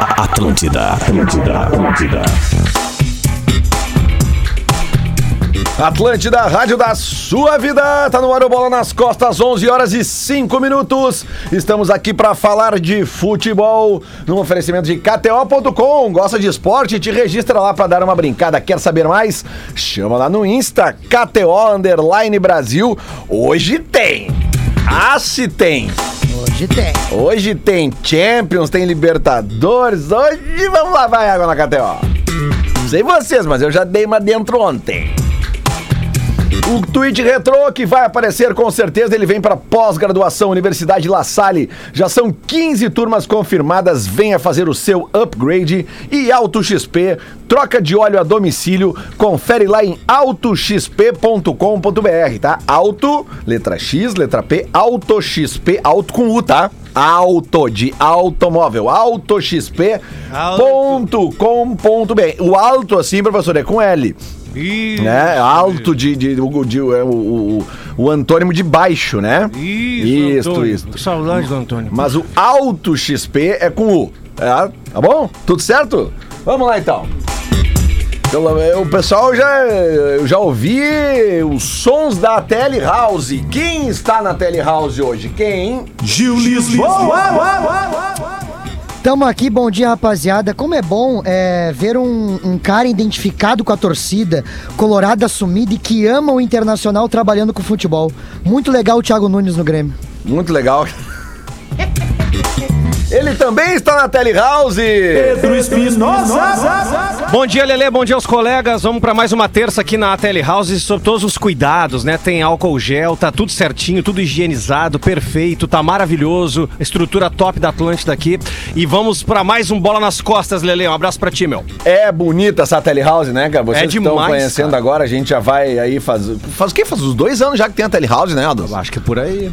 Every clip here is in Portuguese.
Atlântida, Atlântida, Atlântida. Atlântida, Rádio da Sua Vida, tá no ar o Bola nas Costas, 11 horas e 5 minutos. Estamos aqui para falar de futebol, num oferecimento de KTO.com. Gosta de esporte? Te registra lá para dar uma brincada. Quer saber mais? Chama lá no Insta, KTO Underline Brasil. Hoje tem. Ah, se tem. Hoje tem. Hoje tem Champions, tem Libertadores. Hoje vamos lavar a água na KTO. Não sei vocês, mas eu já dei uma dentro ontem. O tweet retrô que vai aparecer com certeza, ele vem para pós-graduação Universidade La Salle. Já são 15 turmas confirmadas, venha fazer o seu upgrade e Auto XP, troca de óleo a domicílio, confere lá em autoxp.com.br, tá? Auto, letra X, letra P, Auto XP, auto com U, tá? Auto de automóvel, autoxp.com.br. O alto assim, professor, é com L Isso. né? Alto de, de, o- de- é, o, o, o antônimo de baixo, né? Isso, Isto, Antônio. isto. Saudade do Antônio. Mas o alto XP é com U. É, tá bom? Tudo certo? Vamos lá então. Pelo- é, O pessoal já, eu já ouvi os sons da Tele House. Quem está na Tele House hoje? Quem? Gil Tamo aqui, bom dia rapaziada. Como é bom é, ver um, um cara identificado com a torcida, colorado assumido e que ama o internacional trabalhando com futebol. Muito legal o Thiago Nunes no Grêmio. Muito legal. Ele também está na Tele House. Pedro Espinosa. Bom dia, Lelê. Bom dia aos colegas. Vamos para mais uma terça aqui na Tele House sobre todos os cuidados, né? Tem álcool gel, tá tudo certinho, tudo higienizado, perfeito, tá maravilhoso. Estrutura top da Atlântida aqui. E vamos para mais um bola nas costas, Lelê. Um abraço para ti, meu. É bonita essa telehouse, né, cara? Vocês É que estão demais, conhecendo cara. agora, a gente já vai aí faz faz o quê? Faz uns dois anos já que tem a telehouse, né, Aldo? Acho que é por aí.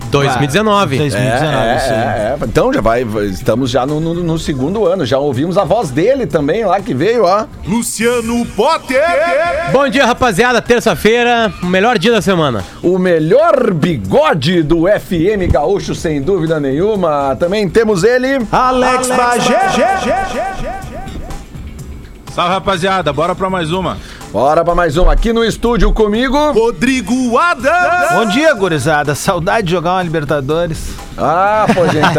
2019, 2019. é, isso aí. é, é. Então já vai, vai- estamos já no, no- no segundo ano, já ouvimos a voz dele também lá que veio, ó. Luciano Potter. Bom dia, rapaziada. Terça-feira, o melhor dia da semana. O melhor bigode do FM Gaúcho, sem dúvida nenhuma. Também temos ele. Alex Bagé. Salve, rapaziada. Bora pra mais uma. Bora pra mais um aqui no estúdio comigo. Rodrigo Adams. Bom dia, gurizada. Saudade de jogar uma Libertadores. Ah, pô, gente.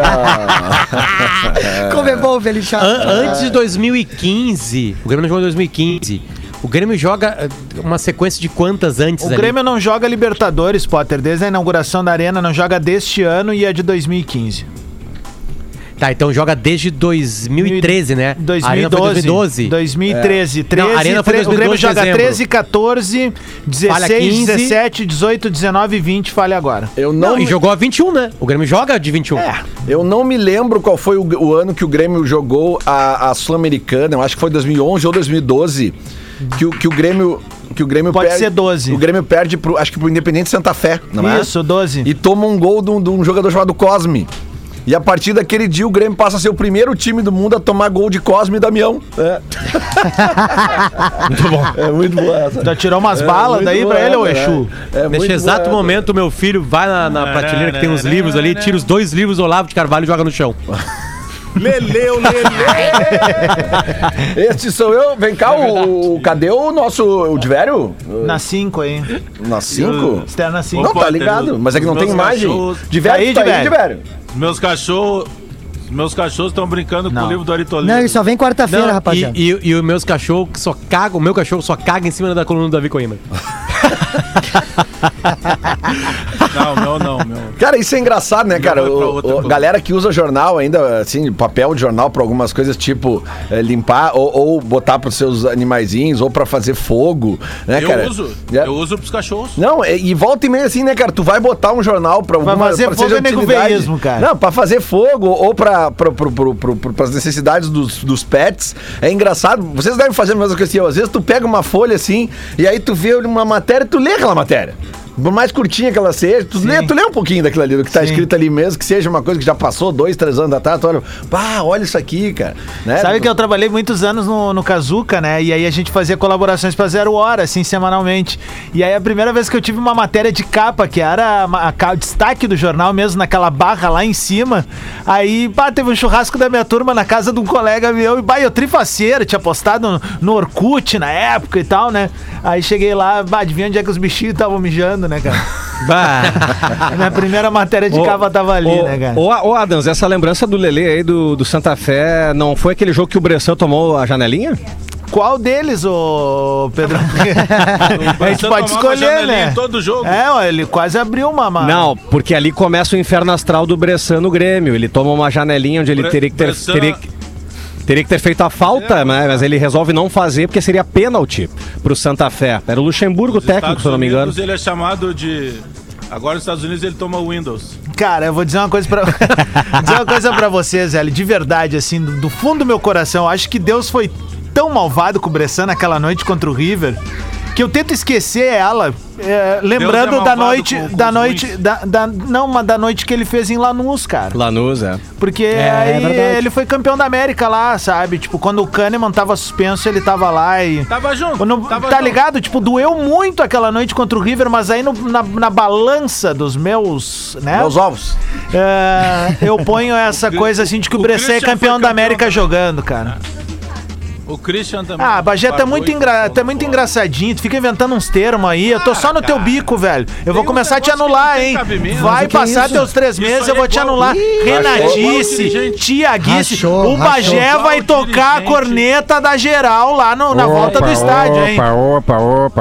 Como é bom ver ele chato. An- Antes de 2015, o Grêmio não jogou em 2015. O Grêmio joga eh, uma sequência de quantas antes O ali? Grêmio não joga Libertadores, Potter, desde a inauguração da Arena, não joga deste ano e é de 2015. Tá, então joga desde 2013, né? 2012. Arena foi 2012. 2013. 13, É. Não, a Arena foi tre- O Grêmio 2012, joga dezembro. 13, 14, 16, Falha 15. 17, 18, 19 e 20. Falha agora. Eu Não, não, É, e me- jogou a 21, né? O Grêmio joga de 21. Eu não me lembro qual foi o, o ano que o Grêmio jogou a, a Sul-Americana, eu acho que foi 2011 ou 2012, que o, que o Grêmio que o Grêmio Pode ser 12. O Grêmio perde pro, acho que pro Independente Santa Fé, não é? Isso, 12. E toma um gol de um, de um jogador chamado Cosme. E a partir daquele dia o Grêmio passa a ser o primeiro time do mundo a tomar gol de Cosme e Damião. É. muito bom. É muito boa essa. Já tirou umas É balas muito daí pra boa ele, ô essa, Exu? né? É muito Neste boa né? exato essa. momento, meu filho vai na, na prateleira que tem uns livros ali, tira os dois livros do Olavo de Carvalho e joga no chão. Leleu, Lele. Este sou eu. Vem É cá, o, o- cadê o nosso o Divério? Na 5 aí. Na 5? Externa 5. Não, tá ligado, mas é que não tem imagem. De velho, Aí, tá de aí, de velho. Meus cachorros. Meus cachorros estão brincando Não. com o livro do Aritolino. Não, ele só vem quarta-feira, rapaziada. E, e, e os meus cachorros que só cagam, o meu cachorro só caga em cima da coluna do Davi Coimbra. Não, meu não, meu. Cara, isso é engraçado, né, cara? vai pra O- outra o- coisa. galera que usa jornal ainda, assim, papel de jornal pra algumas coisas, tipo eh, limpar ou, ou botar pros seus animaizinhos ou pra fazer fogo, né, eu cara? uso. É. Eu uso pros cachorros. Não, e, e volta e meia assim, né, cara? Tu vai botar um jornal pra alguma fazer pra fogo seja é nego utilidade. veísmo, cara. Não, pra fazer fogo ou pra, pra, pro- pro- pro- pro- pras necessidades dos, dos pets. É engraçado. Vocês devem fazer a mesma coisa que eu. Às vezes tu pega uma folha assim e aí tu vê uma matéria e tu lê aquela matéria. Por mais curtinha que ela seja, tu lê, tu lê um pouquinho daquilo ali, do que tá Sim. escrito ali mesmo, que seja uma coisa que já passou dois, três anos atrás, tu olha, pá, olha isso aqui, cara. Né? Sabe que eu trabalhei muitos anos no, no Kazuca, né? E aí a gente fazia colaborações pra Zero Hora, assim, semanalmente. E aí a primeira vez que eu tive uma matéria de capa, que era a ma- a ca- o destaque do jornal mesmo, naquela barra lá em cima. Aí, pá, teve um churrasco da minha turma na casa de um colega meu. E, bah, eu trifaceiro, tinha postado no, no Orkut na época e tal, né? Aí cheguei lá, bah, adivinha onde é que os bichinhos estavam mijando, né, cara? A minha primeira matéria de capa tava ali, ô, né, cara? Ô, ô, Adams, essa lembrança do Lelê aí do, do Santa Fé, não foi aquele jogo que o Bressan tomou a janelinha? Qual deles, ô Pedro? a gente pode escolher, né? Em todo jogo. É, ó, ele quase abriu uma Ah. mano. Não, porque ali começa o inferno astral do Bressan no Grêmio. Ele toma uma janelinha onde ele Bre- teria que ter. Bressan- É. Teria que... teria que ter feito a falta, né? mas ele resolve não fazer porque seria pênalti pro Santa Fé. Era o Luxemburgo Nos técnico, se eu não me engano. Unidos, ele é chamado de... Agora nos Estados Unidos ele toma Windows. Cara, eu vou dizer uma coisa pra, vou dizer uma coisa pra vocês, Eli, de verdade, assim, do, do fundo do meu coração, eu acho que Deus foi tão malvado com o Bressan naquela noite contra o River. Que eu tento esquecer ela, é, lembrando da malvado noite. com- com da os noite. Da, da- não, mas da noite que ele fez em Lanús, cara. Lanús, é. Porque é aí verdade. ele foi campeão da América lá, sabe? Tipo, quando o Kahneman tava suspenso, ele tava lá e. Tava junto. Quando- tava tá junto. ligado? Tipo, doeu muito aquela noite contra o River, mas aí no- na, na balança dos meus, né? Meus ovos. É, eu ponho essa coisa assim de que o, o Bressan é Christian foi campeão da campeão América também. jogando, cara. O Christian também. Ah, Bagé tá Pagou muito, e engra... botou tá muito fora. engraçadinho, tu fica inventando uns termos aí, eu tô só no teu bico, velho. Eu vou Ah, um começar a te negócio que anular, não tem hein? cabimento. Vai Mas o que é passar isso? teus três Isso meses, aí eu vou é te igual- anular. Ih, Renatice, rachou. Tiaguice, Rachou, o Bagé rachou. vai Igual o tocar a dirigente. corneta da geral lá no- na volta do estádio, hein? Opa, opa,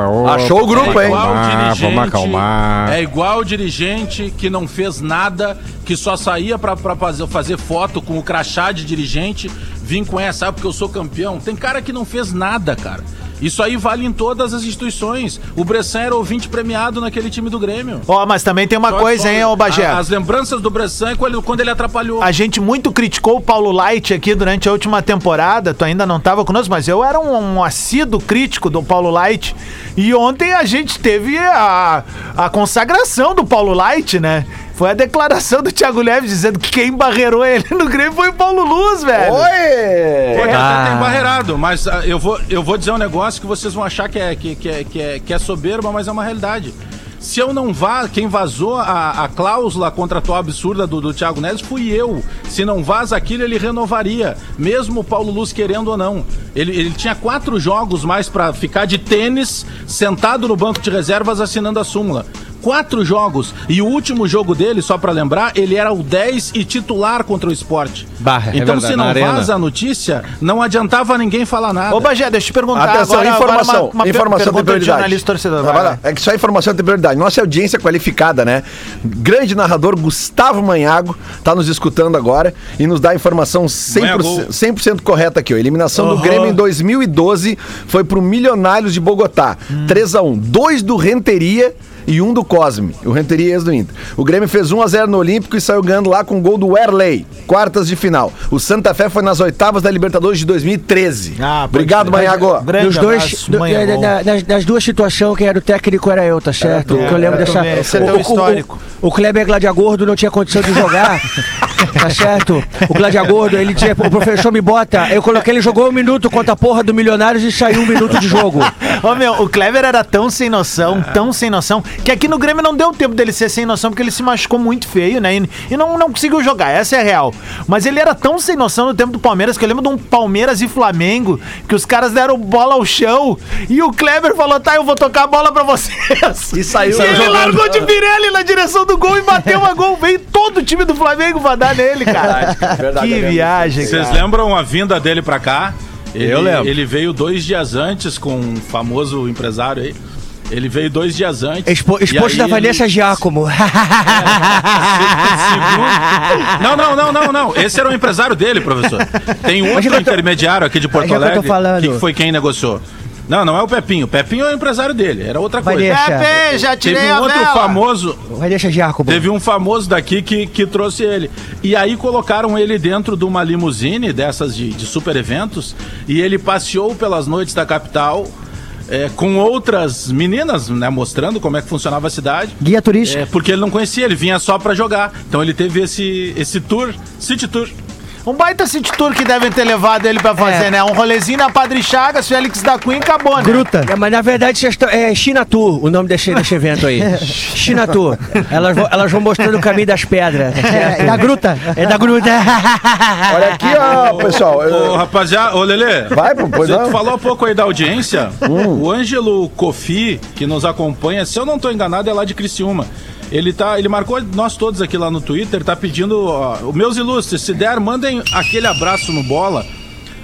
opa. Achou o grupo, É hein? igual o Ah, dirigente, vamos acalmar. É igual o dirigente que não fez nada, que só saía pra, pra fazer, fazer foto com o crachá de dirigente, vim com essa, ah, porque eu sou campeão. Tem cara que não fez nada, cara. Isso aí vale em todas as instituições. O Bressan era ouvinte premiado naquele time do Grêmio. Ó, mas também tem uma Só- coisa, só- hein, ô Bagé. a- As lembranças do Bressan é quando ele- quando ele atrapalhou. A gente muito criticou o Paulo Light aqui durante a última temporada. Tu ainda não tava conosco, mas eu era um, um assíduo crítico do Paulo Light. E ontem a gente teve a, a consagração do Paulo Light, né? Foi a declaração do Thiago Neves dizendo que quem barreirou ele no Grêmio foi o Paulo Luz, velho. Oi! Pode Ah. até ter embarreirado, mas ah, eu vou, eu vou dizer um negócio que vocês vão achar que é, que, que é, que é, que é soberba, mas é uma realidade. Se eu não vá, quem vazou a, a cláusula contratual absurda do, do Thiago Neves fui eu. Se não vaza aquilo, ele renovaria, mesmo o Paulo Luz querendo ou não. Ele, ele tinha quatro jogos mais pra ficar de tênis, sentado no banco de reservas, assinando a súmula. Quatro jogos. E o último jogo dele, só pra lembrar, ele era o 10 e titular contra o esporte. Bah, é então, verdade, se na não arena. vaza a notícia, não adiantava ninguém falar nada. Ô, Bagé, deixa eu te perguntar Atenção, agora, agora informação. uma, uma per- informação tem pergunta de prioridade. jornalista torcedor. Vai vai lá. lá. É que só informação tem prioridade. Nossa audiência qualificada, né? Grande narrador Gustavo Manhago tá nos escutando agora e nos dá a informação 100%, Manhago. 100 correta aqui. Ó. Eliminação do Aham. Grêmio em 2012 foi pro Milionários de Bogotá. 3x1. Dois do Renteria e um do Cosme. O Renteria é ex do Inter. O Grêmio fez 1x0 no Olímpico e saiu ganhando lá com o gol do Werley. Quartas de final. O Santa Fé foi nas oitavas da Libertadores de 2013. Ah, pode Obrigado, ser. Manhago. Grande Dos dois, abraço, manhã, É, do- é, bom. da- das, das duas situações, quem era o técnico era eu, tá certo? é, tu, Que eu lembro era tu dessa. mesmo. Esse tá é teu histórico. O, o Kleber Gladiagordo não tinha condição de jogar, tá certo? O Gladiagordo, ele tinha. O professor me bota, eu coloquei, ele jogou um minuto contra a porra do Milionários e saiu um minuto de jogo. Ô meu, o Kleber era tão sem noção, tão sem noção, que aqui no Grêmio não deu tempo dele ser sem noção, porque ele se machucou muito feio, né? E, e não, não conseguiu jogar, essa é a real. Mas ele era tão sem noção no tempo do Palmeiras, que eu lembro de um Palmeiras e Flamengo, que os caras deram bola ao chão, e o Kleber falou, tá, eu vou tocar a bola pra vocês. E saiu, E ele jogando. largou de Pirelli na direção do gol e bateu a gol. Veio todo o time do Flamengo pra dar nele, cara. Verdade, é que eu lembro. viagem, cara. Vocês lembram a vinda dele pra cá? Ele, Eu lembro. Ele veio dois dias antes com um famoso empresário aí. Ele veio dois dias antes. Expo, e exposto aí da ele- Vanessa Giacomo. Segundo- Não, não, não, não, não. Esse era o empresário dele, professor. Tem Mas é outro que eu tô- intermediário aqui de é Porto que eu tô Alegre falando. que foi quem negociou. Não, não é o Pepinho. Pepinho é o empresário dele. Era outra coisa. Vanessa. Pepe, já tirei Teve um a outro vela. famoso, Vai deixar Giacomo. Teve um famoso daqui que, que trouxe ele. E aí colocaram ele dentro de uma limusine dessas de, de super eventos e ele passeou pelas noites da capital. é, com outras meninas, né? Mostrando como é que funcionava a cidade. Guia turístico. É, porque ele não conhecia, ele vinha só pra jogar. Então ele teve esse, esse tour, City Tour. Um baita city tour que devem ter levado ele pra fazer, né? Um rolezinho na Padre Chagas, Félix da Cunha e acabou, né? Gruta. É, mas na verdade vocês tão- é China Tour, o nome desse, desse evento aí. China Tour. Elas vão, elas vão mostrando o caminho das pedras. tá certo? É, da gruta. É da gruta. Olha aqui, ó, pessoal. eu- Ô, rapaziada, ô Lelê. Vai, pô, pois é. Hum. Você não. falou há pouco aí da audiência. O Ângelo Kofi, que nos acompanha, se eu não tô enganado, é lá de Criciúma. Ele, tá, ele marcou nós todos aqui lá no Twitter, tá pedindo. Ó, os meus ilustres, se der, mandem aquele abraço no bola.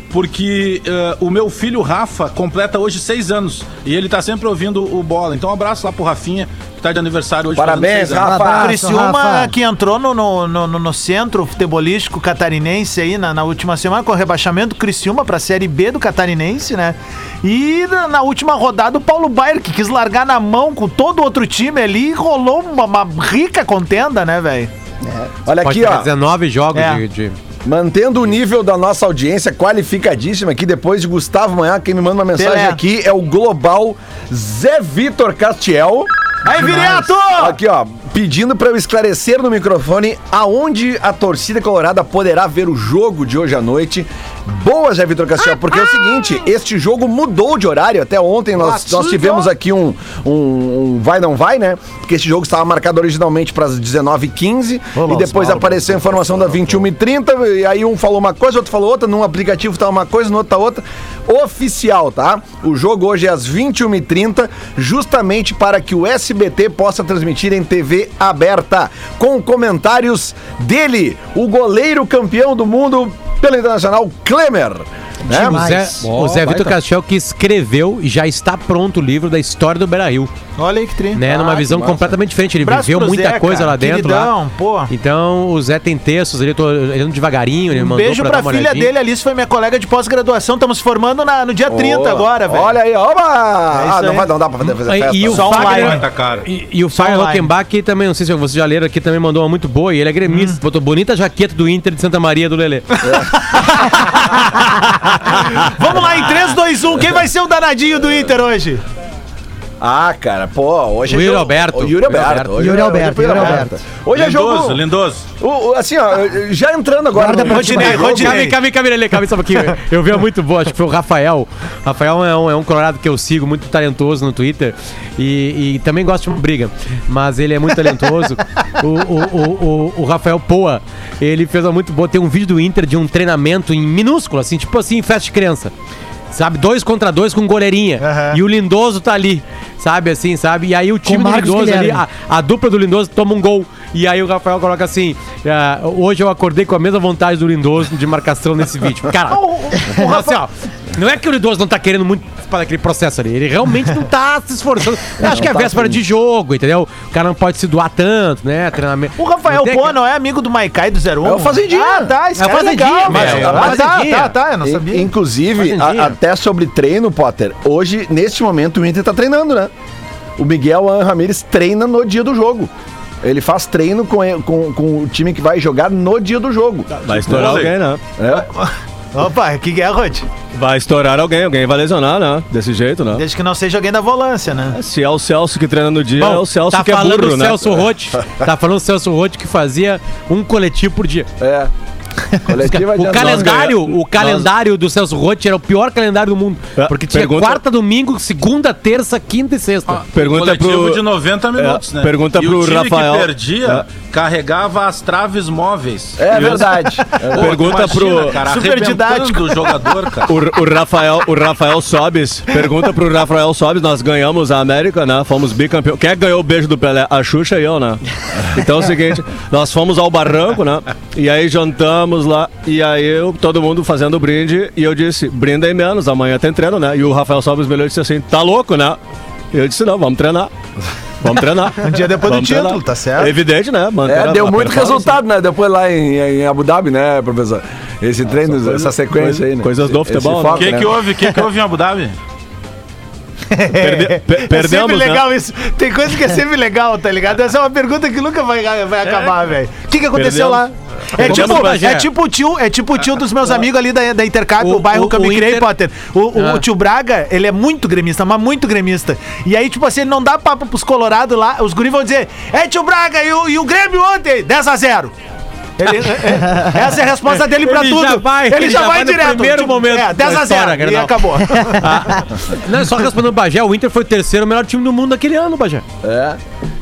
Porque eh, o meu filho Rafa completa hoje seis anos e ele tá sempre ouvindo o bola. Então, um abraço lá pro Rafinha, que tá de aniversário hoje. fazendo Parabéns, seis anos. Ah, Rafa. Abraço, Criciúma Rafa. que entrou no, no, no, no- no centro futebolístico catarinense aí na, na última semana, com o rebaixamento do Criciúma pra Série B do catarinense, né? E na, na última rodada o Paulo Baier, que quis largar na mão com todo outro time ali e rolou uma, uma rica contenda, né, velho? Olha Pode aqui, pegar ó. 19 jogos É. de, de- Mantendo o nível da nossa audiência qualificadíssima aqui, depois de Gustavo Manhã, quem me manda uma mensagem Pelé. aqui é o Global Zé Vitor Castiel. Aí, Viriato! Aqui, ó, pedindo pra eu esclarecer no microfone aonde a torcida colorada poderá ver o jogo de hoje à noite. Boa, Zé Vitor Ah, Castiel, porque é o seguinte, este jogo mudou de horário. Até ontem Ah, nós, nós tivemos aqui um, um, um vai não vai, né? Porque este jogo estava marcado originalmente para as 19h15 e depois apareceu a informação da 21h30 e aí um falou uma coisa, outro falou outra, num aplicativo tá uma coisa, no outro tá outra. Oficial, tá? O jogo hoje é às 21h30, justamente para que o SBT possa transmitir em TV aberta, com comentários dele, o goleiro campeão do mundo pelo Internacional, Klemer. Né? O Zé, Mas- o Zé Ó, Vitor baita. Castiel que escreveu e já está pronto o livro da história do Beira-Rio, Olha aí Ah, que tri. né? Numa que visão massa. completamente diferente. Ele Abraço viveu pro muita Zé, coisa cara. lá dentro. Queridão, lá. pô. Então o Zé tem textos, ele tô olhando devagarinho, ele Um mandou beijo pra, pra, dar uma filha olhadinha. dele, Alice foi minha colega de pós-graduação. Estamos formando na- no dia 30 agora, velho. Olha aí, ó. É isso ah, não, aí. vai, não dá pra fazer, fazer Aí, festa. e o Só Fagner- online. Tá cara. E, e o Fire online. Rockenbach que também, não sei se vocês já leram aqui, também mandou uma muito boa. E ele é Hum. gremista, botou bonita jaqueta do Inter de Santa Maria do Lelê. Vamos lá, em 3, 2, 1. Quem vai ser o danadinho do Inter hoje? Ah, cara, pô, hoje é O Yuri jogo- Alberto. O Yuri Alberto. Hoje Yuri é- Alberto, Hoje é, Yuri Yuri Alberto. Alberto. Hoje é Lindoso, jogo. lindoso. o- o- assim, ó, já entrando agora. Guarda no- pra né? Rodinei, jogo, Rodinei. Calma aí, calma aí, calma aí, Lelê, calma aí só um pouquinho. Eu vi uma muito boa, acho que foi o Rafael. Rafael é um, é um colorado que eu sigo, muito talentoso no Twitter. E, e também gosto de uma briga, mas ele é muito talentoso. O, o- o- o- o Rafael Poa, ele fez uma muito boa. Tem um vídeo do Inter de um treinamento em minúsculo, assim, tipo assim, festa de criança. Sabe, dois contra dois com goleirinha. Aham. E o Lindoso tá ali. Sabe, assim, sabe? E aí o time do Marcos Lindoso ali, Guilherme. a- a dupla do Lindoso toma um gol. E aí o Rafael coloca assim: ah, hoje eu acordei com a mesma vontade do Lindoso de marcação nesse vídeo. Cara, o Rafael. Não é que o Lindoso não tá querendo muito para aquele processo ali. Ele realmente não tá se esforçando. Eu acho que é véspera de jogo, entendeu? O cara não pode se doar tanto, né? Treinamento. O Rafael Não tem- Pô não é amigo do Maikai do 01? É o Fazendinha. Ah, tá. Esse É o cara é Fazendinha, legal, velho. velho. É o Ah, tá, Fazendinha. tá, tá. Eu não In- sabia. Inclusive, Fazendinha. a- até sobre treino, Potter. Hoje, neste momento, o Inter tá treinando, né? O Miguel An Ramírez treina no dia do jogo. Ele faz treino com, e- com- com o time que vai jogar no dia do jogo. Vai estourar alguém, né? É. Opa, que é, Rod? Vai estourar alguém, alguém vai lesionar, né? Desse jeito, né? Desde que não seja alguém da volância, né? Se é o Celso que treina no dia, Bom, é o Celso tá que é falando burro, o né? Celso Rotti. Tá falando o Celso Rotti que fazia um coletivo por dia. é. Coletivo O adiantado. calendário, ganhamos. o calendário do Celso Rotti era o pior calendário do mundo. É, Porque tinha pergunta- quarta, domingo, segunda, terça, quinta e sexta. Pergunta coletivo pro... de 90 minutos, É, né? pergunta e pro o time Rafael. É. que perdia carregava as traves móveis. É verdade. Pô, Pergunta imagina, pro- cara, Super arrebentando didático. o jogador, cara. O, o Rafael, o Rafael Sobes, pergunta pro Rafael Sobes, nós ganhamos a América, né? Fomos bicampeão. Quem é que ganhou o beijo do Pelé? A Xuxa e eu, né? Então é o seguinte, nós fomos ao barranco, né? E aí jantamos lá, e aí eu- todo mundo fazendo brinde, e eu disse, brinda aí menos, amanhã tem treino, né? E o Rafael Sobes melhor disse assim, tá louco, né? Eu disse, não, vamos treinar. Vamos treinar. Um dia depois do título, tá certo. Evidente, né? Manter É, a- deu a muito performance. resultado, assim. né? Depois lá em, em Abu Dhabi, né, professor? Esse Ah, treino, essa sequência aí, né? coisas do Esse futebol, né? O foco, que, né? que houve? O que, que houve em Abu Dhabi? Perde- pe- é sempre perdemos, né? legal isso. Tem coisa que é sempre legal, tá ligado? Essa é uma pergunta que nunca vai, vai acabar, É. velho. O que, que aconteceu lá? É Perdemos, mas tipo, é. é tipo o tio, é tipo o tio dos meus amigos ali da, da Intercap, o, O- bairro que eu o- me o criei, Inter- Potter. O, o- Ah. o tio Braga, ele é muito gremista, mas muito gremista. E aí, tipo assim, ele não dá papo pros colorados lá, os guris vão dizer, é tio Braga, e o, e o Grêmio ontem? 10 a 0 Ele- essa é a resposta dele pra Ele tudo. já vai- ele, já, vai, no direto. primeiro momento É, 10 da a 0 história, E Grenal. acabou. Não, só respondendo o Bagé, o Inter foi o terceiro melhor time do mundo naquele ano, Bagé.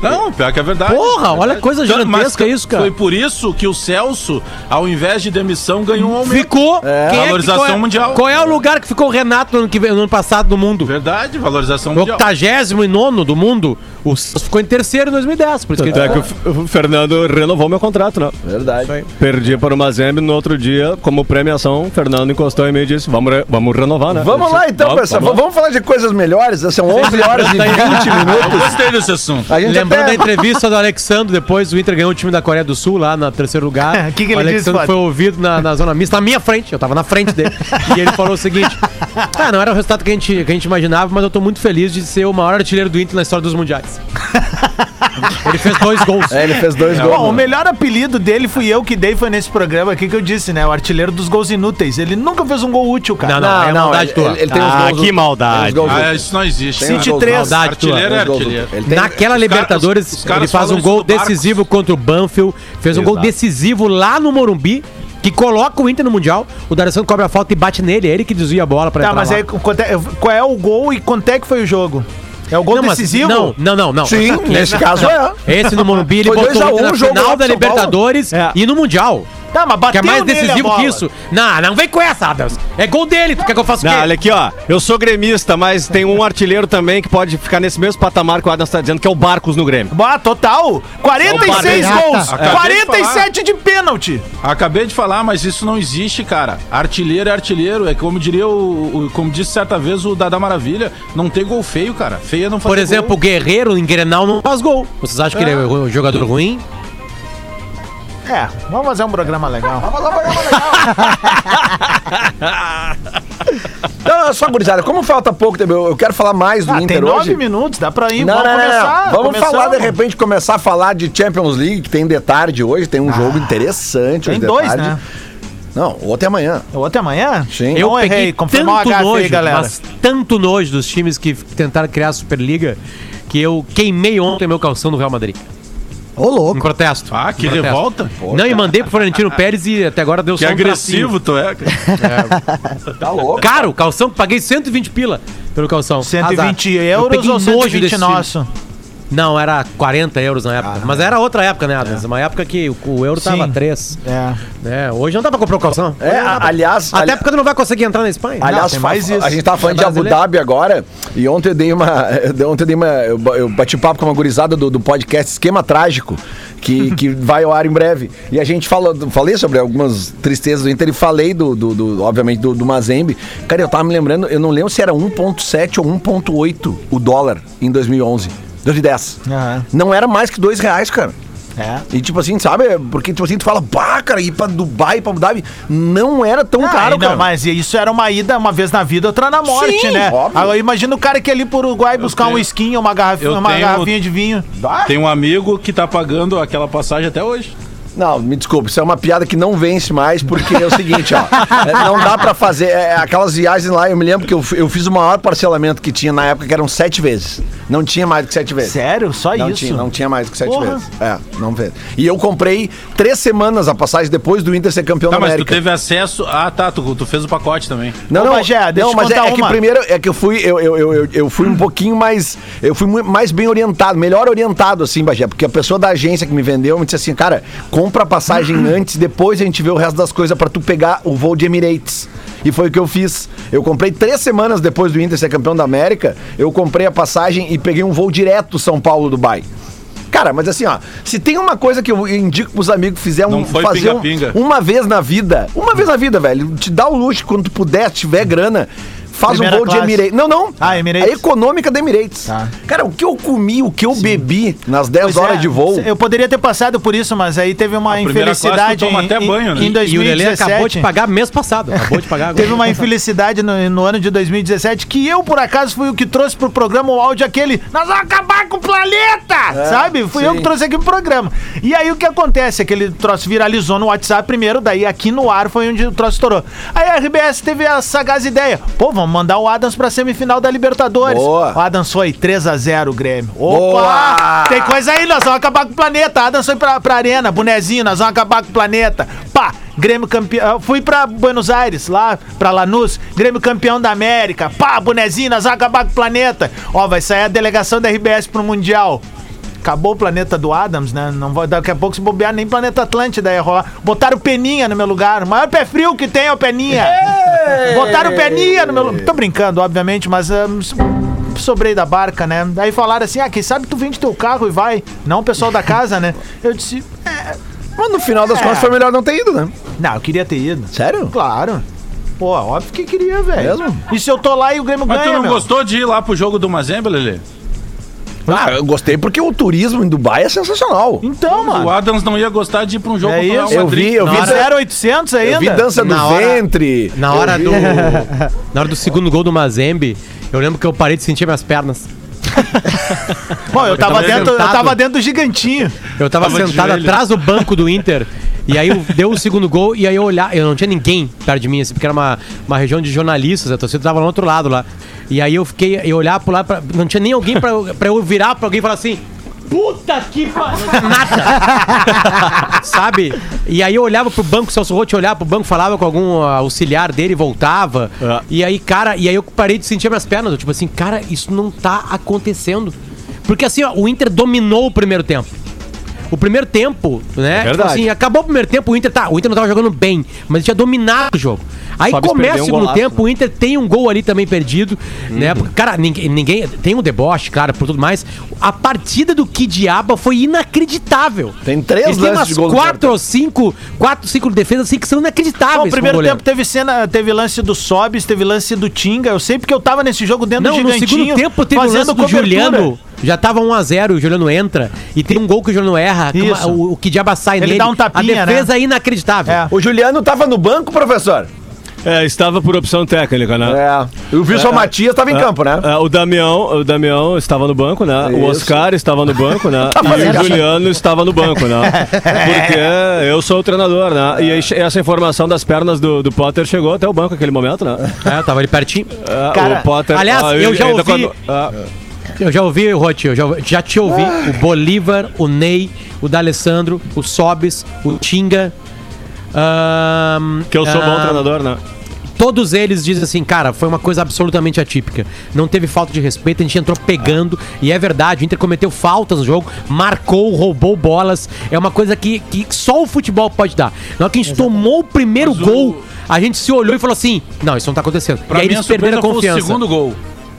Não, pior que é verdade. Porra, olha Verdade. a coisa Tanto- mas gigantesca isso, cara. Foi por isso que o Celso, ao invés de demissão, ganhou um aumento. Ficou. quem que- Valorização qual é- mundial. Qual é o lugar que ficou o Renato no ano, que vem- no ano passado no mundo? Verdade, valorização O mundial. 89 do mundo, o Santos ficou em terceiro em 2010. Por isso que ele Tanto é que o F- o Fernando renovou meu contrato, né? É Verdade. Perdi para o Mazembe no outro dia, como premiação, Fernando encostou em mim e disse: Vamos, re- vamos renovar, né? Eu Vamos disse, lá então, pessoal. vamos Vamos, lá." falar de coisas melhores. São 11 horas e 20 Eu minutos. gostei desse assunto. A gente Lembrando até- da entrevista do Alexandro, depois o Inter ganhou o time da Coreia do Sul lá no terceiro lugar. O que que ele o Alexandro disse, foi ouvido na, na zona mista, na minha frente, eu tava na frente dele. e ele falou o seguinte: Ah, não era o resultado que a, gente, que a gente imaginava, mas eu tô muito feliz de ser o maior artilheiro do Inter na história dos mundiais. ele fez dois gols. É, ele fez dois gols. Bom, o mano. melhor apelido dele fui eu que dei, foi nesse programa aqui que eu disse, né? O artilheiro dos gols inúteis. Ele nunca fez um gol útil, cara. Não, não, é maldade tua. Ele, ele tem um- uns Ah, gols que úteis. maldade. Tem uns gols Ah, úteis. isso não existe. Tem uns City gols três. úteis. Maldade tua. Artilheiro é Tem uns gols artilheiro. úteis. Ele tem- Naquela os Libertadores, caras- os caras ele faz falam um isso gol do Barcos. decisivo contra o Banfield, fez um gol Exato. decisivo lá no Morumbi, que coloca o Inter no Mundial. O D'Alessandro cobra a falta e bate nele, é ele que desvia a bola pra Tá, entrar mas lá. aí quanto é- qual é o gol e quanto é que foi o jogo? É o gol Não, mas- decisivo? Não, não, não, não. Sim, nesse caso é. Esse no Morumbi, ele Foi botou dois a o Inter um, na jogo lá pro final da São Paulo. Libertadores É. e no Mundial. Tá, mas Que bateu é mais nele a decisivo bola. que isso. Não, não vem com essa, Adams. É gol dele, tu quer que eu faça o Não, quê? olha aqui, ó. Eu sou gremista, mas tem um artilheiro também que pode ficar nesse mesmo patamar que o Adams tá dizendo, que é o Barcos no Grêmio. Ah, total. é, 46 Opa, gols. Acabei de 47 de pênalti. Acabei de falar, mas isso não existe, cara. Artilheiro é artilheiro. É como diria o. o- como disse certa vez o Dada Maravilha, não tem gol feio, cara. Feia não faz Por exemplo, o Guerreiro em Grenal não faz gol. Vocês acham que ele é um jogador ruim? É, vamos fazer um programa legal. Ah, Não, Então, é só gurizada, como falta pouco tempo, eu eu quero falar mais do Ah, tem Inter hoje. 9 minutos, dá pra ir. Não, não, não, não. Vamos Começamos. falar, de repente, começar a falar de Champions League, que tem de tarde hoje, tem um jogo interessante. Tem hoje de dois, tarde. né? Não, outro é amanhã. É Outro amanhã? Sim. Eu não errei, confirmou a gafe aí, galera. mas tanto nojo dos times que tentaram criar a Superliga, que eu queimei ontem meu calção do Real Madrid. Ô, Um louco. protesto. Ah, que Um protesto. revolta. Não, e mandei pro Florentino Pérez e até agora deu Que um agressivo tu é, cara. Tá louco. Caro, calção, paguei 120 pila pelo calção. 120 Azar. Eu euros peguei ou nojo desse 120 time. nosso? Não, era 40 euros na época. Mas era outra época, né, Adams? Uma época que o, o euro tava Ah, é. Sim. 3. É. Né? Hoje não dá pra comprar o calção. É, a- aliás, ali- Até porque tu não vai conseguir entrar na Espanha. Aliás, tem fa- mais isso. a gente tava falando É de Abu brasileiro. Dhabi agora, e ontem eu dei uma. eu- Ontem eu dei uma. Eu, ba- eu bati papo com uma gurizada do, do podcast Esquema Trágico, que, que vai ao ar em breve. E a gente falou, falei sobre algumas tristezas do Inter e falei do, do, do- obviamente, do, do Mazembe. Cara, eu tava me lembrando, eu não lembro se era 1,7 ou 1,8 o dólar em 2011. 2010. Aham. Não era mais que dois reais, cara. É. E tipo assim, sabe? Porque tipo assim, tu fala, bah, cara, ir pra Dubai, pra Abu Dhabi, não era tão Ah, caro, e não, cara. mas isso era uma ida uma vez na vida, outra na morte, Sim, né? óbvio. Agora imagina o cara que ia ali pro Uruguai buscar um tenho- esquinho, uma, garrafinha, eu uma tenho- garrafinha de vinho. Tem um amigo que tá pagando aquela passagem até hoje. Não, me desculpe, isso é uma piada que não vence mais, porque é o seguinte, ó. é, Não dá pra fazer. é, aquelas viagens lá, eu me lembro que eu, fi- eu fiz o maior parcelamento que tinha na época, que eram sete vezes. Não tinha mais do que sete vezes. Sério? Só Não isso? tinha, não tinha mais do que sete Porra. vezes. É, não vê. E eu comprei três semanas a passagem depois do Inter ser campeão Tá, da mas América. tu teve acesso. Ah, tá, tu, tu fez o pacote também. Não, Ô, não, Bagé, deixa não, eu mas é, contar é que uma. primeiro é que eu fui, eu, eu, eu, eu- eu fui um pouquinho mais, eu fui mui- mais bem orientado, melhor orientado assim, Bagé, porque a pessoa da agência que me vendeu me disse assim, cara, compra a passagem antes, depois a gente vê o resto das coisas pra tu pegar o voo de Emirates. E foi o que eu fiz. Eu comprei três semanas depois do Inter ser campeão da América, eu comprei a passagem e peguei um voo direto São Paulo-Dubai. Cara, mas assim, ó, se tem uma coisa que eu indico pros amigos que fizer um, Não foi fazer um- pinga-pinga. uma vez na vida, uma vez na vida, velho, te dá o luxo quando tu puder, se tiver grana, faz Primeira um voo classe. de Emirates. Não, não. Ah, Emirates. A econômica da Emirates. Tá. Cara, o que eu comi, o que eu bebi nas 10 Pois horas é, de voo. Eu poderia ter passado por isso, mas aí teve uma primeira classe tu infelicidade toma até em, banho, né? em E o Lelê acabou de 2017. pagar mês passado. Acabou de pagar agora. Teve uma infelicidade no, no ano de 2017 que eu, por acaso, fui o que trouxe pro programa o áudio aquele Nós vamos acabar com o planeta! É, sabe? Fui eu que trouxe aqui pro programa. E aí o que acontece? Aquele troço viralizou no WhatsApp primeiro, daí aqui no ar foi onde o troço estourou. Aí a RBS teve a sagaz ideia. Pô, vamos mandar o Adams pra semifinal da Libertadores. Boa. O Adams foi 3x0 o Grêmio. Opa! Boa! Tem coisa aí, nós vamos acabar com o planeta. Adams foi pra, pra arena, bonezinho, nós vamos acabar com o planeta. Pá, Grêmio campeão. Fui pra Buenos Aires, lá pra Lanús, Grêmio campeão da América. Pá, bonezinho, nós vamos acabar com o planeta. Ó, vai sair a delegação da RBS pro Mundial. Acabou o planeta do Adams, né? Não vai, daqui a pouco se bobear nem planeta Atlântida ia rolar. Botaram o Peninha no meu lugar. O maior pé frio que tem é o Peninha. Botaram o Peninha é no meu lugar. Tô brincando, obviamente, mas ahn, so- sobrei da barca, né? Aí falaram assim: ah, quem sabe tu vende teu carro e vai. Não o pessoal da casa, né? Eu disse: Mas no final das É. contas foi melhor não ter ido, né? não, eu queria ter ido. Sério? Claro. Pô, óbvio que queria, velho. Mesmo? E se eu tô lá e o Grêmio Mas tu ganha, não meu? gostou de ir lá pro jogo do Mazembe, Lelê? Ah, eu gostei porque o turismo em Dubai é sensacional. Então, O mano. Adams não ia gostar de ir pra um jogo É do Real isso. Eu Madrid. vi, eu vi, Mas dan- era 800 ainda? eu vi dança do Na hora- ventre. Na hora do. Na hora do segundo gol do Mazembe, eu lembro que eu parei de sentir minhas pernas. Bom, eu tava, tava dentro, eu sentado. tava dentro do gigantinho. Eu tava, Tava de sentado joelho. atrás do banco do Inter. E aí eu- deu o segundo gol e aí eu olhar, eu não tinha ninguém perto de mim, assim, porque era uma, uma região de jornalistas, a torcida tava no outro lado lá. E aí eu fiquei, eu olhar pro lado, pra- não tinha nem alguém pra, eu- pra eu virar pra alguém e falar assim, puta que pariu, não tinha nada, sabe? E aí eu olhava pro banco, o Celso Rotti olhava pro banco, falava com algum ah, auxiliar dele, voltava. É. E aí, cara, e aí eu parei de sentir minhas pernas, eu, tipo assim, cara, isso não tá acontecendo. Porque assim, ó, o Inter dominou o primeiro tempo. O primeiro tempo, né? tipo É verdade. assim, acabou o primeiro tempo, o Inter tá, o Inter não tava jogando bem, mas ele tinha dominado o jogo. Aí Sobis começa perdeu o um segundo golaço, Uhum. tempo, o Inter tem um gol ali também perdido, né? Porque, cara, ninguém, ninguém- tem um deboche, cara, por tudo mais. A partida do Kidiaba foi inacreditável. Tem três Eles têm lances umas de gol no quatro ou cinco, quatro, cinco defesas assim que são inacreditáveis. Bom, pro primeiro goleiro. tempo teve cena, teve lance do Sobis, teve lance do Tinga. Eu sei porque eu tava nesse jogo dentro Não, do no gigantinho. segundo tempo teve o lance do cobertura. Juliano. Já tava 1x0, o Juliano entra e tem um gol que o Juliano erra, que uma- Isso. o, o Kidiaba sai Ele nele. dá um tapinha, a defesa é inacreditável. É. O Juliano tava no banco, professor? É, estava por opção técnica, né? É. E o Wilson Matias tava em campo, né? É, o Damião, o Damião estava no banco, né? O Isso. Tá Oscar estava no banco, né? e o Juliano estava no banco, né? Porque eu sou o treinador, né? E aí che- essa informação das pernas do, do Potter chegou até o banco naquele momento, né? É, tava ali pertinho. É, Cara, o Potter, aliás, eu já ainda ouvi- ah, Eu já ouvi, Rotti, eu já, já te ouvi. O Bolívar, o Ney, o D'Alessandro, o Sobis, o Tinga. ahn, que eu sou bom ahn, treinador, né? Todos eles dizem assim, cara, foi uma coisa absolutamente atípica. Não teve falta de respeito, a gente entrou pegando, e é verdade, o Inter cometeu faltas no jogo, marcou, roubou bolas. É uma coisa que, que só o futebol pode dar. Na hora que a gente tomou o primeiro gol, a gente se olhou e falou assim: não, isso não tá acontecendo. Pra e aí mim, a eles perderam surpresa a foi o confiança. segundo gol.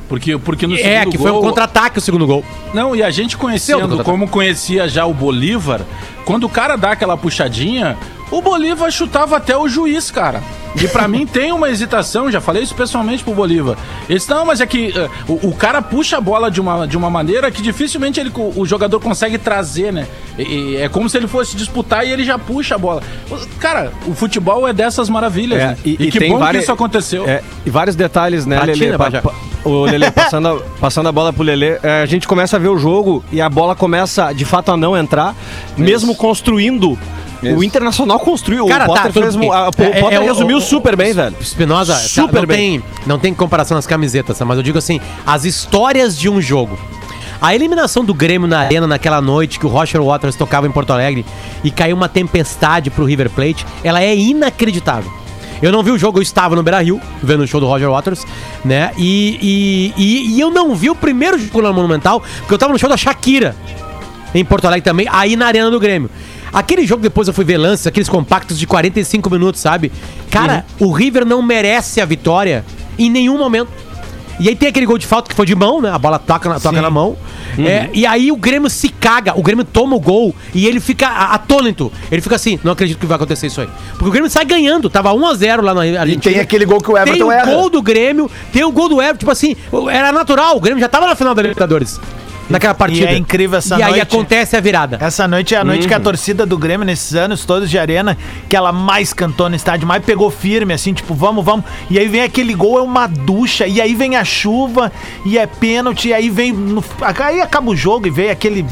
Porque, porque no É, segundo que gol... foi um contra-ataque o segundo gol. Não, e a gente Seu conhecendo Dodô. como conhecia já o Bolívar, quando o cara dá aquela puxadinha, o Bolívar chutava até o juiz, cara. E pra mim tem uma hesitação, já falei isso pessoalmente pro Bolívar. Ele disse, não, mas é que eh, o, o cara puxa a bola de uma, de uma maneira que dificilmente ele, co- o jogador consegue trazer, né? E- e é como se ele fosse disputar e ele já puxa a bola. Cara, o futebol é dessas maravilhas. né? E, que bom que isso aconteceu. é, e vários detalhes, né, Platina, Lelê? Pa- Bajá. pa- o Lelê passando, a- passando a bola pro Lelê. é, a gente começa a ver o jogo e a bola começa, de fato, a não entrar, mesmo construindo. O Internacional construiu. Cara, o Potter, tá, tudo fez, bem. mu- a- o É, é, Potter é, o- resumiu o- super bem, velho. Espinosa, tá, Super não, bem. tem, não tem comparação nas camisetas, tá? mas eu digo assim, as histórias de um jogo. A eliminação do Grêmio na arena naquela noite que o Roger Waters tocava em Porto Alegre e caiu uma tempestade pro River Plate, ela é inacreditável. Eu não vi o jogo, eu estava no Beira Rio, vendo o show do Roger Waters, né? E, e, e, e eu não vi o primeiro jogo lá no Monumental, porque eu tava no show da Shakira em Porto Alegre também, aí na Arena do Grêmio. Aquele jogo depois eu fui ver lances, aqueles compactos de Uhum. 45 minutos, sabe? Cara, o River não merece a vitória em nenhum momento. E aí tem aquele gol de falta que foi de mão, né? A bola toca na, toca na mão. Uhum. É, e aí o Grêmio se caga, o Grêmio toma o gol e ele fica a- atônito. Ele fica assim, não acredito que vai acontecer isso aí. Porque o Grêmio sai ganhando, tava 1x0 lá na Argentina. E tem aquele gol que o Tem Everton o erra. gol do Grêmio, tem o gol do Everton, tipo assim, era natural, o Grêmio já tava na final da Libertadores. Naquela partida. é incrível essa E aí noite. acontece a virada. Essa noite é a noite que a torcida do Grêmio, nesses anos todos de arena, que ela mais cantou no estádio, mais pegou firme, assim, tipo, vamos, vamos. E aí vem aquele gol, é uma ducha, e aí vem a chuva, e é pênalti, e aí vem. no- aí acaba o jogo e vem aquele.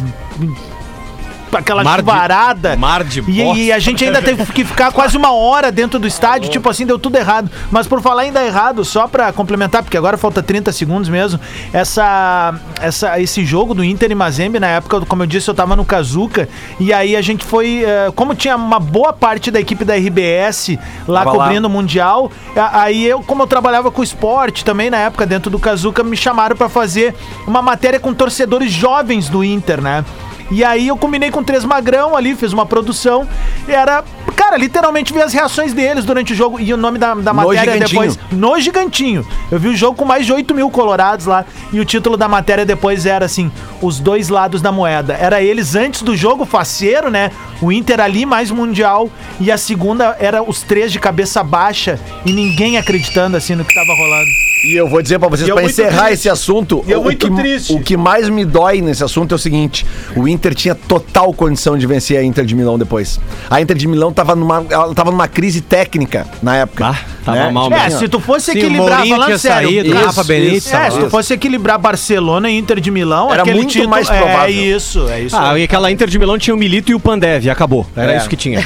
Aquela Mar de- chuvarada. mar de e, e a gente ainda teve que ficar quase uma hora dentro do estádio, tipo assim, deu tudo errado. Mas por falar ainda errado, só pra complementar, porque agora falta 30 segundos mesmo, essa, essa, esse jogo do Inter e Mazembe, na época, como eu disse, eu tava no Kazuca, e aí a gente foi, eh, como tinha uma boa parte da equipe da RBS lá Tava lá. cobrindo no Mundial. a- Aí eu, como eu trabalhava com esporte também na época dentro do Kazuca, me chamaram pra fazer uma matéria com torcedores jovens do Inter, né? E aí eu combinei com o Três Magrão ali, fiz uma produção. E era, cara, literalmente vi as reações deles durante o jogo. E o nome da, da matéria Gigantinho. depois. No Gigantinho. Eu vi o jogo com mais de 8 mil colorados lá. E o título da matéria depois era assim: Os dois lados da moeda. Era eles antes do jogo, faceiro, né? O Inter ali mais mundial. E a segunda era os três de cabeça baixa. E ninguém acreditando assim no que tava rolando. E eu vou dizer pra vocês, E é pra muito encerrar triste. esse assunto, E é o, muito que, triste. o que mais me dói nesse assunto é o seguinte: o Inter tinha total condição de vencer a Inter de Milão depois. A Inter de Milão tava numa, ela tava numa crise técnica na época. tava mal Tipo É, assim, ó, se tu fosse Sim, o equilibrar, Mourinho tinha falando sério. saído, cara, Rafa Benítez, É, se isso. tu fosse equilibrar Barcelona e Inter de Milão, Era aquele muito título- mais É provável. isso, é isso. Ah, e aquela Inter de Milão tinha o Milito e o Pandev, acabou. Era É. isso que tinha.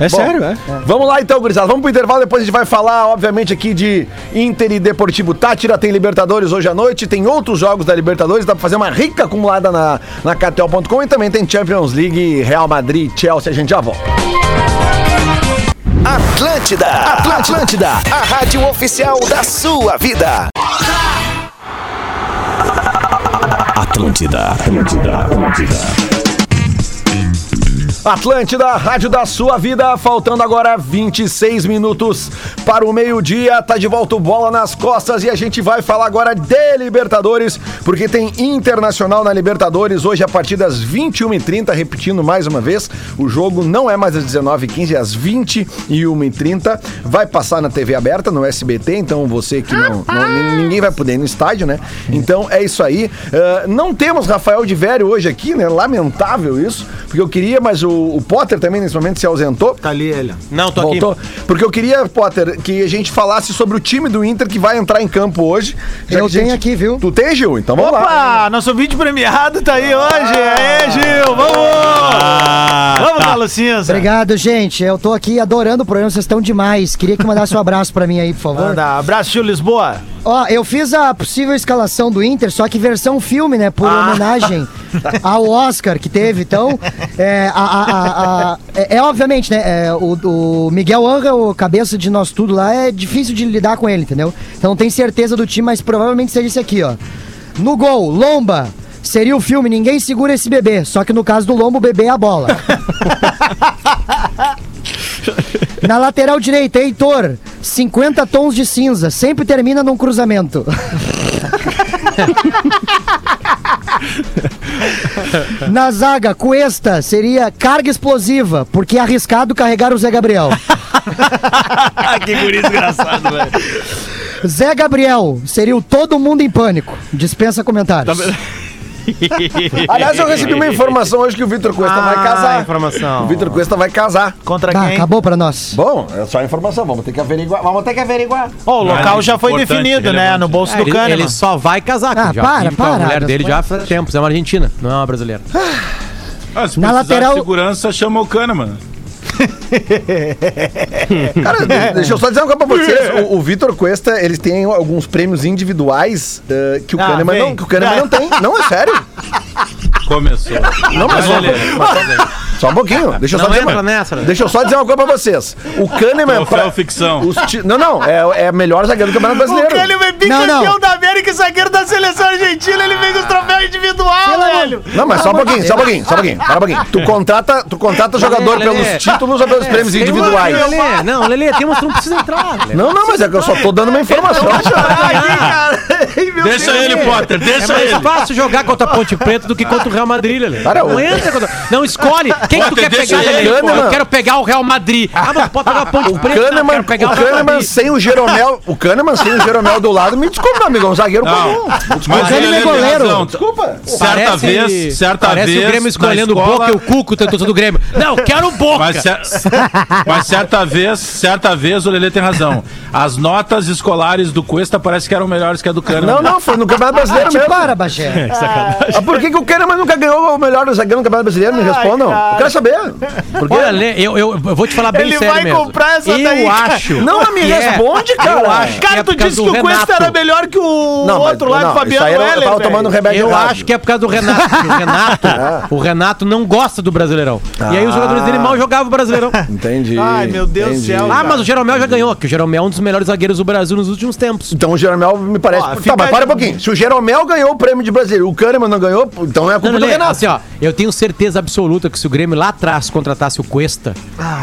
É, É sério, é? Vamos lá então, gurizada. Vamos pro intervalo. Depois a gente vai falar, obviamente, aqui de Inter e Deportivo Tátira. Tem Libertadores hoje à noite. Tem outros jogos da Libertadores. Dá pra fazer uma rica acumulada na, na KTO.com. E também tem Champions League, Real Madrid, Chelsea. A gente já volta. Atlântida, Atlântida, a rádio oficial da sua vida. Atlântida, Atlântida, Atlântida. Atlântida, rádio da sua vida, faltando agora 26 minutos para o meio-dia, tá de volta o bola nas costas e a gente vai falar agora de Libertadores, porque tem Internacional na Libertadores hoje a partir das 21h30, repetindo mais uma vez, o jogo não é mais às 19h15, é às 21h30, vai passar na TV aberta, no SBT, então você que não, não- ninguém vai poder ir no estádio, né? Então é isso aí, Ah, não temos Rafael de Vério hoje aqui, né? Lamentável isso, porque eu queria, mas o, o Potter também nesse momento se ausentou. Tá ali ele. Não, tô Voltou. Porque eu queria, Potter, que a gente falasse sobre o time do Inter que vai entrar em campo hoje. Já Eu que a tenho aqui, viu? Tu tem, Gil? Então vamos lá. Opa, nosso vídeo premiado tá aí hoje. Aê, Gil, vamos! vamos, Galo Tá. Cinza. Obrigado, gente. Eu tô aqui adorando o programa, vocês estão demais. Queria que mandasse um abraço pra mim aí, por favor. Manda, um abraço, Gil Lisboa. Ó, eu fiz a possível escalação do Inter, só que versão filme, né? Por homenagem ao Oscar que teve. Então, é, a- a- a- a- é, é obviamente, né? é, o, o Miguel Angel, o cabeça de nós tudo lá, é difícil de lidar com ele, entendeu? Então, não tenho certeza do time, mas provavelmente seja esse aqui, ó. No gol, Lomba. Seria o filme Ninguém Segura Esse Bebê, só que no caso do Lombo, o bebê é a bola. Na lateral direita, Heitor, 50 tons de cinza, sempre termina num cruzamento. Na zaga, Cuesta seria carga explosiva, porque é arriscado carregar o Zé Gabriel. que guri desgraçado, velho. Zé Gabriel seria o todo mundo em pânico. Dispensa comentários. Tá Aliás, eu recebi uma informação hoje que o Vitor Cuesta vai Ah, casar. informação. O Vitor Cuesta vai casar. Contra Tá, quem? acabou pra nós. Bom, é só a informação, vamos ter que averiguar. Vamos ter que averiguar. Ó, o local Ah, já foi importante, definido, né? relevante. No bolso do É, ele, Kahneman. ele só vai casar com Ah, o já. para, vive com a para, mulher das dele já coisas. faz tempos, é uma argentina, não é uma brasileira. Ah, se Na precisar lateral- de segurança, chama o Kahneman. Cara, de- deixa eu só dizer uma coisa pra vocês. O, o Vitor Cuesta, ele tem alguns prêmios individuais eh, que o Ah, Kahneman, vem. não, que o Kahneman Ah. não tem. Não, é sério. Começou. Não, mas só, um só um pouquinho. Deixa eu só Não dizer entra uma, nessa, né? Deixa eu só dizer uma coisa pra vocês. O Kahneman... é Troféu pra- ficção. os ti- Não, não. É, é melhor zagueiro do Campeonato Brasileiro. é bicampeão Não, não. da América e zagueiro da seleção argentina, ele vem com os troféus individual, velho. Não, mas só um pouquinho, só um pouquinho, só um pouquinho, para um pouquinho. Tu contrata, tu contrata jogador Lelê. pelos títulos ou pelos prêmios individuais? É, Lelê, não, Lelê, tem umas que não precisa entrar. Lelê. Não, não, mas é que eu só tô dando uma informação. Ah, meu Deixa Deus. ele, Potter, É deixa mais ele. fácil jogar contra a Ponte Preta do que contra o Real Madrid, Lelê. Para, não o- entra contra... Não, escolhe. Quem que tu Potter, quer deixa pegar, ele, Lelê? Kahneman. Eu quero pegar o Real Madrid. Ah, mas pode pegar a Ponte O Preta. Não, eu Kahneman, quero pegar o o Real Kahneman Madrid. sem o Jeromel, o Kahneman sem o Jeromel do lado, me desculpa, amigo, é um zagueiro Não. comum. Mas ele é goleiro. Desculpa. Certa Parece- vez, certa parece vez. o Grêmio na escolhendo o escola- Boca e o Cuco, tanto do Grêmio. Não, quero o Boca. Mas, cer- mas certa vez, certa vez o Lelê tem razão. As notas escolares do Cuesta parece que eram melhores que a do Cano. Não, não, foi no Campeonato Brasileiro Te mesmo. Ah, tipo, para, Bagé. Ah, por que, que o Kahneman nunca ganhou o melhor zagueiro no Campeonato Brasileiro? Me respondam. eu quero saber. Porque... Olha, Lê, eu, eu, eu vou te falar bem Ele sério vai mesmo. comprar essa eu daí, cara. acho. não, mas me que é- responde, cara. Eu acho Cara, é tu por causa disse que do o Cuesta Renato. era melhor que o Não, mas- outro lá do não, Fabiano isso aí era- Heller. eu tava velho. tomando remédio Eu errado. acho que é por causa do Renato. porque O Renato, É. o Renato não gosta do Brasileirão. E Ah. aí os jogadores dele mal jogavam o Brasileirão. Entendi. Ai, meu Deus do entendi. céu. Ah, mas o Jeromel já ganhou, que o Jeromel é um dos melhores zagueiros do Brasil nos últimos tempos. Então o Jeromel me parece. Ó, tá, fica mas para aí- um pouquinho. Se o Jeromel ganhou o prêmio de Brasileiro, o Kahneman não ganhou, então é a culpa Não, do Lelê, Renato. assim, ó, eu tenho certeza absoluta que se o Grêmio lá atrás contratasse o Cuesta,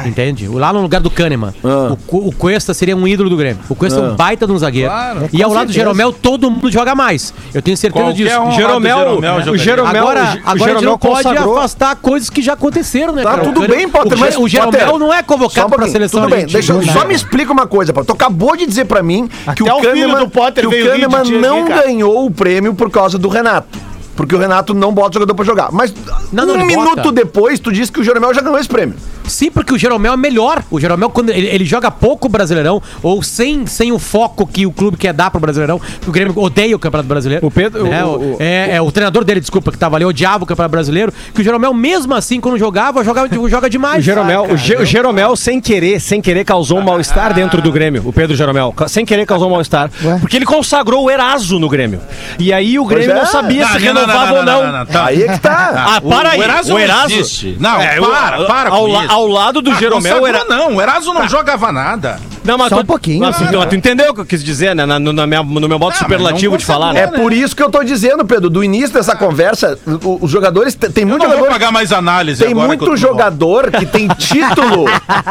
entende? Lá no lugar do Kahneman, Ah. o, Cu- o Cuesta seria um ídolo do Grêmio. O Cuesta é Ah. um baita de um zagueiro. E ao lado do Jeromel, todo mundo joga mais. Eu tenho certeza Qualquer disso. um. Jeromel, Jeromel o jogaria. Jeromel, Agora, o Ge- o agora a gente Jeromel não pode consagrou. afastar coisas que já aconteceram, né? Tá cara? tudo O bem, Potter, o, mas, Ge- o Jeromel Potter, não é Só um convocado para a pouquinho, seleção Tudo bem, argentina. deixa, eu- só me explica uma coisa, Potter. Tu acabou de dizer pra mim que Até o o filho Kahneman, do Potter que o veio rir de Kahneman ti aqui, não cara. ganhou o prêmio por causa do Renato. Porque o Renato não bota o jogador pra jogar. Mas Não, não, um ele minuto bota. depois, tu disse que o Jeromel já ganhou esse prêmio. Sim, porque o Jeromel é melhor. O Jeromel, quando ele, ele joga pouco o Brasileirão, ou sem, sem o foco que o clube quer dar pro Brasileirão, porque o Grêmio odeia o Campeonato Brasileiro. O Pedro- né? o- O- o- é, é, o treinador dele, desculpa, que tava ali, odiava o Campeonato Brasileiro, que o Jeromel, mesmo assim, quando jogava, jogava joga demais. O Jeromel, o Ge- o Jeromel, sem querer, sem querer, causou um Ah. mal-estar dentro do Grêmio. O Pedro Jeromel, ca- sem querer, causou um mal-estar. Porque ele consagrou o Eraso no Grêmio. E aí o Grêmio é. não sabia se renovava ou não. tá. Aí é que tá. Ah, para aí. É, O Eraso não existe. Não, para, para com ao, la- isso. ao lado tá do Jeromel, Consagrou era, Não, o Eraso não jogava nada. Então Não, mas Só um pouquinho. Mas, tu- tu entendeu o que eu quis dizer, né? Na- no, na minha- no meu modo Ah, superlativo mas de não falar, É né? por isso que eu tô dizendo, Pedro, do início dessa conversa, o- os jogadores. Tem tem Eu muito não vou jogador. pagar mais análise Tem agora. que eu muito tô- jogador que tem título.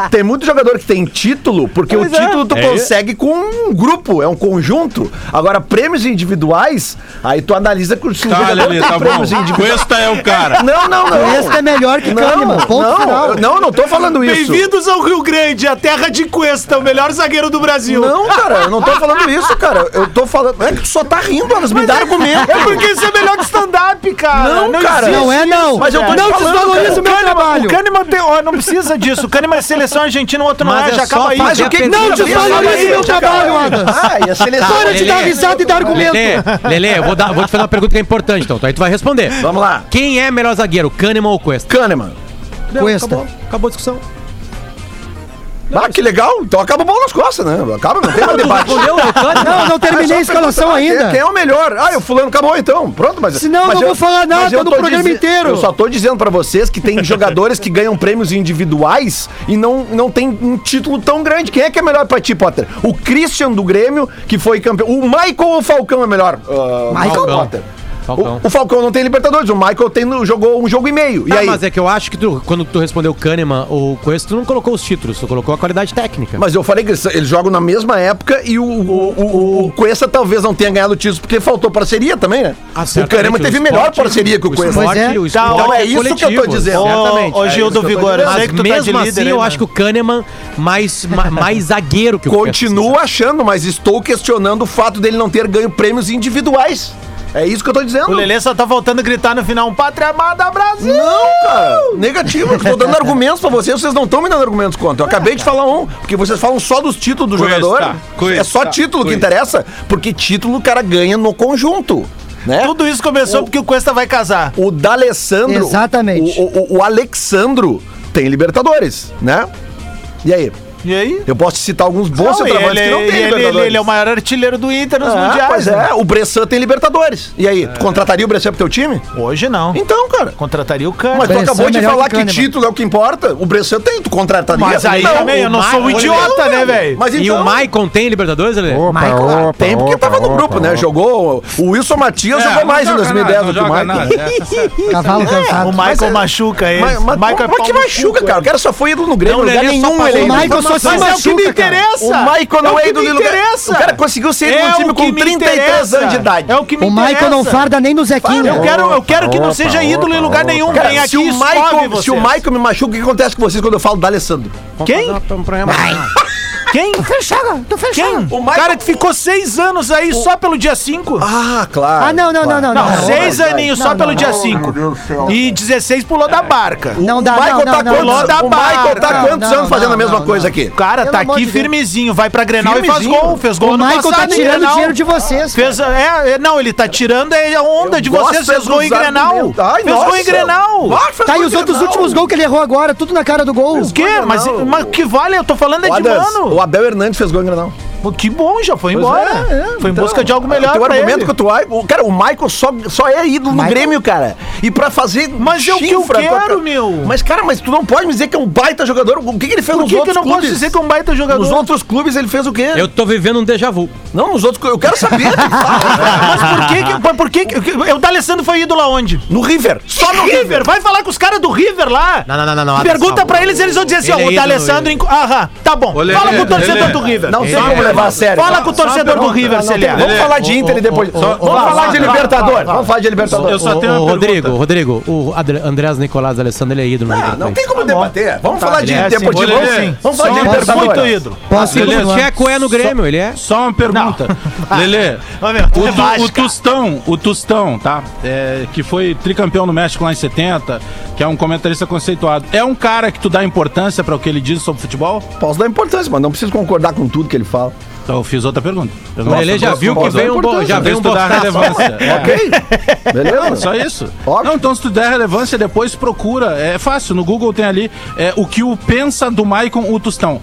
tem muito jogador que tem título, porque o é. título tu É. consegue com um grupo, é um conjunto. Agora, prêmios individuais, aí tu analisa que o Tá, Lelê, tá bom. individuais. Cuesta é o cara. Não, não, não. Cuesta é melhor que Kahneman, não, ponto não, final. eu- não, não tô falando isso. Bem-vindos ao Rio Grande, a terra de Cuesta, o melhor zagueiro do Brasil. Não, cara, eu não tô falando isso, cara. Eu tô falando. É que tu só tá rindo, elas me deram argumento. É porque isso é melhor que stand-up, cara. Não, cara. Não é, não. Mas eu tô te não falando, desvaloriza cara. o meu O trabalho. Kahneman tem, ó, não precisa disso. O Kahneman é seleção argentina, o outro não Mas é, é já só acaba aí. fazer a pesquisa. Não desvaloriza o meu Cara, trabalho, Adams. Ah, e a seleção. Para de Lelê. dar risada e dar é um é. argumento. Lelê, Lelê, eu vou, dar- vou te fazer uma pergunta que é importante, então. Aí tu vai responder. Vamos lá. Quem é melhor zagueiro, Kahneman ou Cuesta? Kahneman. é. Não, Cuesta. Acabou, acabou a discussão. Ah, que legal. Então acaba a bola nas costas, né? Acaba, não tem mais debate. Respondeu, o Não, não Kahneman? Mas Ah, só terminei a escalação pergunta, ah, ainda. Quem, quem é o melhor? Ah, o fulano acabou então. Pronto, mas. Senão eu mas não vou falar nada mas eu no tô programa dizen- inteiro. Eu só tô dizendo pra vocês que tem jogadores que ganham prêmios individuais e não, não tem um título tão grande. Quem é que é melhor pra ti, Potter? O Christian do Grêmio, que foi campeão. O Michael ou o Falcão é melhor? Ah, Michael? Potter. Falcão. O, o Falcão não tem Libertadores, o Michael tem, no- jogou um jogo e meio. E Ah, aí? mas é que eu acho que tu- quando tu respondeu Kahneman ou Cuesta, tu não colocou os títulos, tu colocou a qualidade técnica. Mas eu falei que eles, eles jogam na mesma época e o, o, o, o Cuesta talvez não tenha ganhado títulos porque faltou parceria também, né? Ah, o certamente, Kahneman teve o melhor esporte- parceria que o Cuesta. Pois é. o Então, esporte é isso que eu tô coletivo, dizendo. É Certamente. Ô, ô, Gil isso do que eu tô Vigor, eu dizendo. sei Mas que tu tá de mesmo líder, assim, aí, eu né? acho que o Kahneman mais, ma- mais zagueiro que o Cuesta. Continuo achando, mas estou questionando o fato dele não ter ganho prêmios individuais. É isso que eu tô dizendo. O Lelê só tá voltando a gritar no final, um pátria amada Brasil! Não, cara. Negativo. Eu tô dando argumentos pra vocês, vocês não estão me dando argumentos contra. Eu acabei de falar um, porque vocês falam só dos títulos do Cuesta, jogador. Cuesta, é só título que interessa, porque título o cara ganha no conjunto, né? É. Tudo isso começou porque o Cuesta vai casar. O D'Alessandro. Exatamente. O, o, o Alexandro tem Libertadores, né? E aí? E aí? Eu posso te citar alguns bons Não, e centroavantes que não e tem ele, Libertadores. ele é o maior artilheiro do Inter nos Ah, mundiais. pois é, né? É. o Bressan tem Libertadores. E aí, tu contrataria o Bressan pro teu time? Hoje não. Então, cara. Contrataria o Cano. Mas tu Bressan acabou é de melhor falar que que, Kahneman. título é o que importa. O Bressan tem, tu contrataria. Mas aí Não, também, eu não sou um idiota, né, velho? Mas então, E o Maicon tem Libertadores, Lelê? Michael, Ah, tem porque tava no grupo, né? Jogou. O Wilson É, Matias É, jogou mais em 2010 do que o Maicon. cavalo cansado. O Michael machuca ele. Mas, mas, Michael é mas pau que no machuca, cu, cara. O cara só foi ídolo no Grêmio, Não, não, lugar Lelê só nenhum passou ele é O ainda. Michael só Mas Mas é o que me interessa. O Michael É o não é, que do me lugar. interessa. O cara conseguiu ser É do o time que com me 33 anos de interessa. idade. É o que me O Michael não interessa. farda nem no Zequinho. Eu quero, eu quero que não seja ídolo em lugar nenhum. Cara, Vem aqui se, e o escove Michael, vocês. se o Michael me machuca, o que acontece com vocês quando eu falo da Alessandro? Quem? Quem? Fechou, tô Quem? fechando. O cara que ficou seis anos aí só pelo dia 5. Ah, claro. Ah, não, não, não, não, Não, não. seis verdade. aninhos só Não, pelo não, dia 5. E 16 pulou É. da barca. Não O dá, Michael não, tá não, não, quantos, não. da o Michael barra. tá Não, quantos não, anos fazendo a não, mesma não, coisa não. aqui? O cara Pelo tá amor aqui de Deus. firmezinho, vai pra Grenal e Firmezinho. faz gol. Fez gol O no Michael tá passado em tirando Grenal. dinheiro de vocês. cara. Fez, é, é, não, ele tá tirando é, a onda de gosto vocês. Fez dos gol em Grenal. argumentos. Ai, fez gol nossa. em Grenal. Vai, faz Tá, e gol os em outros Grenal. últimos gols que ele errou agora, tudo na cara do gol. O quê? Mas, mas que vale? Eu tô falando é O de Adams, O mano. Abel Hernandes fez gol em Grenal. Pô, Que bom, já foi embora. é, é, foi em então, busca de algo melhor O teu pra argumento ele. que tu o cara, o Michael só, só é ídolo no Michael? Grêmio, cara. E pra fazer Mas é o que eu chifra com a- quero, meu. Mas cara, mas tu não pode me dizer que é um baita jogador. O que, que ele fez Por nos que, que eu outros não clubes? posso dizer que é um baita jogador? Nos outros clubes ele fez o quê? Eu tô vivendo um déjà vu. Não, nos outros clubes. Eu quero saber. tu fala. Mas por que que... mas Por que, que o D'Alessandro foi ídolo aonde? no River. Só no River. Vai falar com os caras do River lá. Não, não, não, não, não, Pergunta tá Adams, pra eles, eles vão dizer assim, Ele é ó, o ídolo, D'Alessandro... Em... Aham, tá bom. Ô, Lelê, Fala com o torcedor Lelê. do River. é, Não tem como levar a sério. Fala com o torcedor do River, se ele é. Vamos falar de Inter e depois. Vamos falar de Libertador. Vamos falar de Eu Libertador. só Ô, tenho ô, uma Rodrigo, pergunta. Rodrigo, o Adre- Andrés Nicolás Alessandro, ele é ídolo no Ah, River não Plate. tem Tá como debater. Vamos falar de ele é Inter assim. depois. Ô, Vamos- Lelê, Vamos falar de Só- Libertador. Muito ídolo. Posso Beleza. O continuar? Tcheco é no Grêmio, ele é. Só uma pergunta. Lelê, Ô, meu, tu é o, tu- vasca. o Tostão, o Tostão, tá? É, que foi tricampeão no México lá em 70, que é um comentarista conceituado. É um cara que tu dá importância pra o que ele diz sobre futebol? Posso dar importância, mas não preciso concordar com tudo que ele fala. Então eu fiz outra pergunta. Eu O não- Lelê já gosto- viu que gosto- vem um bo- já Então, vem um se tu dá bosta. relevância. É. Ok? Beleza? Só isso. Óbvio. Não, então se tu der relevância, depois procura. É fácil, no Google tem ali é, o que o pensa do Maicon o Tostão.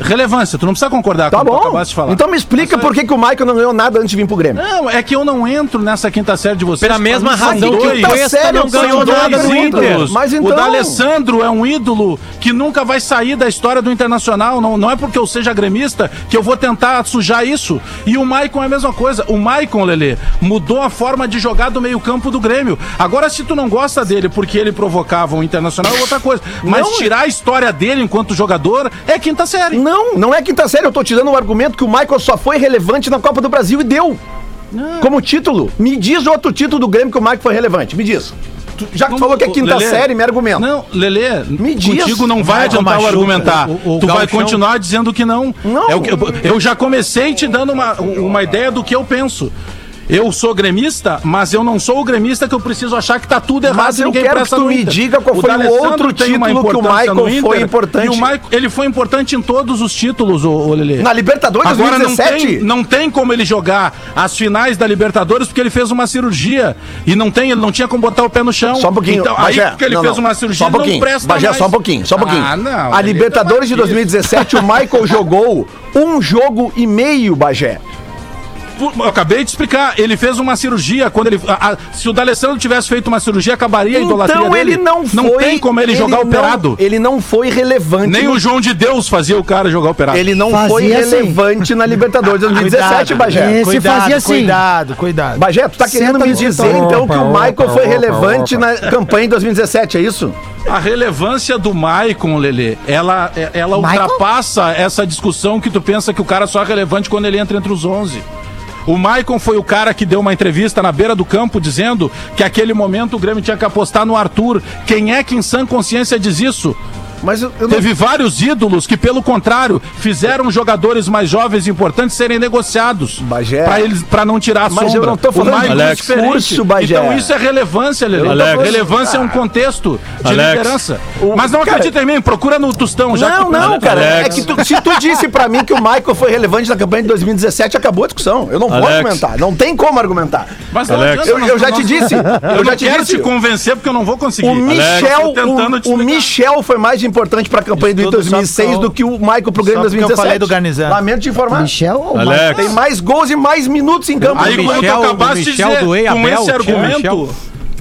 Relevância, tu não precisa concordar Tá com o que tu bom. acabaste de falar. Então me explica por que, que o Michael não ganhou nada antes de vir pro Grêmio. Não, é que eu não entro nessa quinta série de vocês. Pela mesma Pra mim são razão que dois. o Cuesta sério, É, não são ganhou dois nada no ídolos. Inter. Mas então- um O D'Alessandro é um ídolo que nunca vai sair da história do Internacional. Não, não é porque eu seja gremista que eu vou tentar sujar isso. E o Maicon é a mesma coisa. O Maicon, Lelê, mudou a forma de jogar do meio campo do Grêmio. Agora, se tu não gosta dele porque ele provocava o Internacional, é outra coisa. Mas tirar a história dele enquanto jogador é quinta série. Não, não é quinta série. Eu tô te dando o argumento que o Michael só foi relevante na Copa do Brasil e deu. Ah. Como título. Me diz outro título do Grêmio que o Michael foi relevante. Me diz. Tu- já que tu falou que é quinta Lelê, série, me argumenta. Não, Lelê, Me diz. contigo não vai adiantar Michael eu machuca. argumentar. O- o tu vai gauchão- continuar dizendo que não. Não. É o que- eu, eu já comecei te dando uma, uma ideia do que eu penso. Eu sou gremista, mas eu não sou o gremista que eu preciso achar que tá tudo errado. Mas e eu ninguém quero presta que tu no me Inter. diga qual foi o D'Alessandro outro tem título que uma o importância Michael no foi Inter, importante. E o Michael, ele foi importante em todos os títulos, o, Lelê. Na Libertadores Agora não 2017? tem, não tem como ele jogar as finais da Libertadores porque ele fez uma cirurgia e não tem, ele não tinha como botar o pé no chão. Só um pouquinho. Então, aí porque ele não, fez não. uma cirurgia, só um pouquinho. não presta Bagé, mais. só um pouquinho, só um pouquinho. Ah, não. A ele Libertadores de tá maluco. 2017, o Michael jogou um jogo e meio, Bagé. Pu- Eu acabei de explicar, ele fez uma cirurgia quando ele a- a- se o D'Alessandro tivesse feito uma cirurgia acabaria a idolatria Então ele dele. não foi... Não tem como ele, jogar não- operado. Ele não foi relevante. Nem no- o João de Deus fazia o cara jogar operado. Ele não Fazia foi assim. relevante na Libertadores 2017, Bagé. Esse fazia assim. Cuidado, cuidado. Bagé, tu tá querendo Senta me no- dizer então que o Michael foi relevante na campanha em 2017, é isso? A relevância do Maicon, Lelê, ela, é- ela Maicon? ultrapassa essa discussão que tu pensa que o cara só é relevante quando ele entra entre os 11. O Maicon foi o cara que deu uma entrevista na beira do campo dizendo que aquele momento o Grêmio tinha que apostar no Arthur. Quem é que em sã consciência diz isso? Mas eu, eu não Teve vários ídolos que, pelo contrário, fizeram jogadores mais jovens e importantes serem negociados. Bagé. Pra eles para não tirar a Mas eu sombra. não tô O falando Maicon de é discurso, diferente. Bagé. Então isso é relevância, Lelê. Alex. Relevância é um contexto de Alex. liderança. Mas não Ah. Cara, acredita em mim, procura no Tostão. já Não, que- não, cara. É Alex. que tu- se tu disse pra mim que o Michael foi relevante na campanha de 2017, acabou a discussão. Eu não vou Alex. argumentar. Não tem como argumentar. Mas não Alex. adianta, Eu, não- eu já não- te disse. Eu, Eu já não te quero te disse. convencer porque eu não vou conseguir. O eu Michel, tô tentando te o, o explicar. Michel foi mais importante pra campanha do Isso Inter tudo só 2006 porque eu- do que o Michael pro Grêmio só porque eu 2017. falei do Garnizano. Lamento te informar. Michel ou Alex. Michael? Tem mais gols e mais minutos em campo. Aí Do quando tu Michel, do acabaste de Michel, dizer do Ei com Abel, esse tinha argumento, Michel.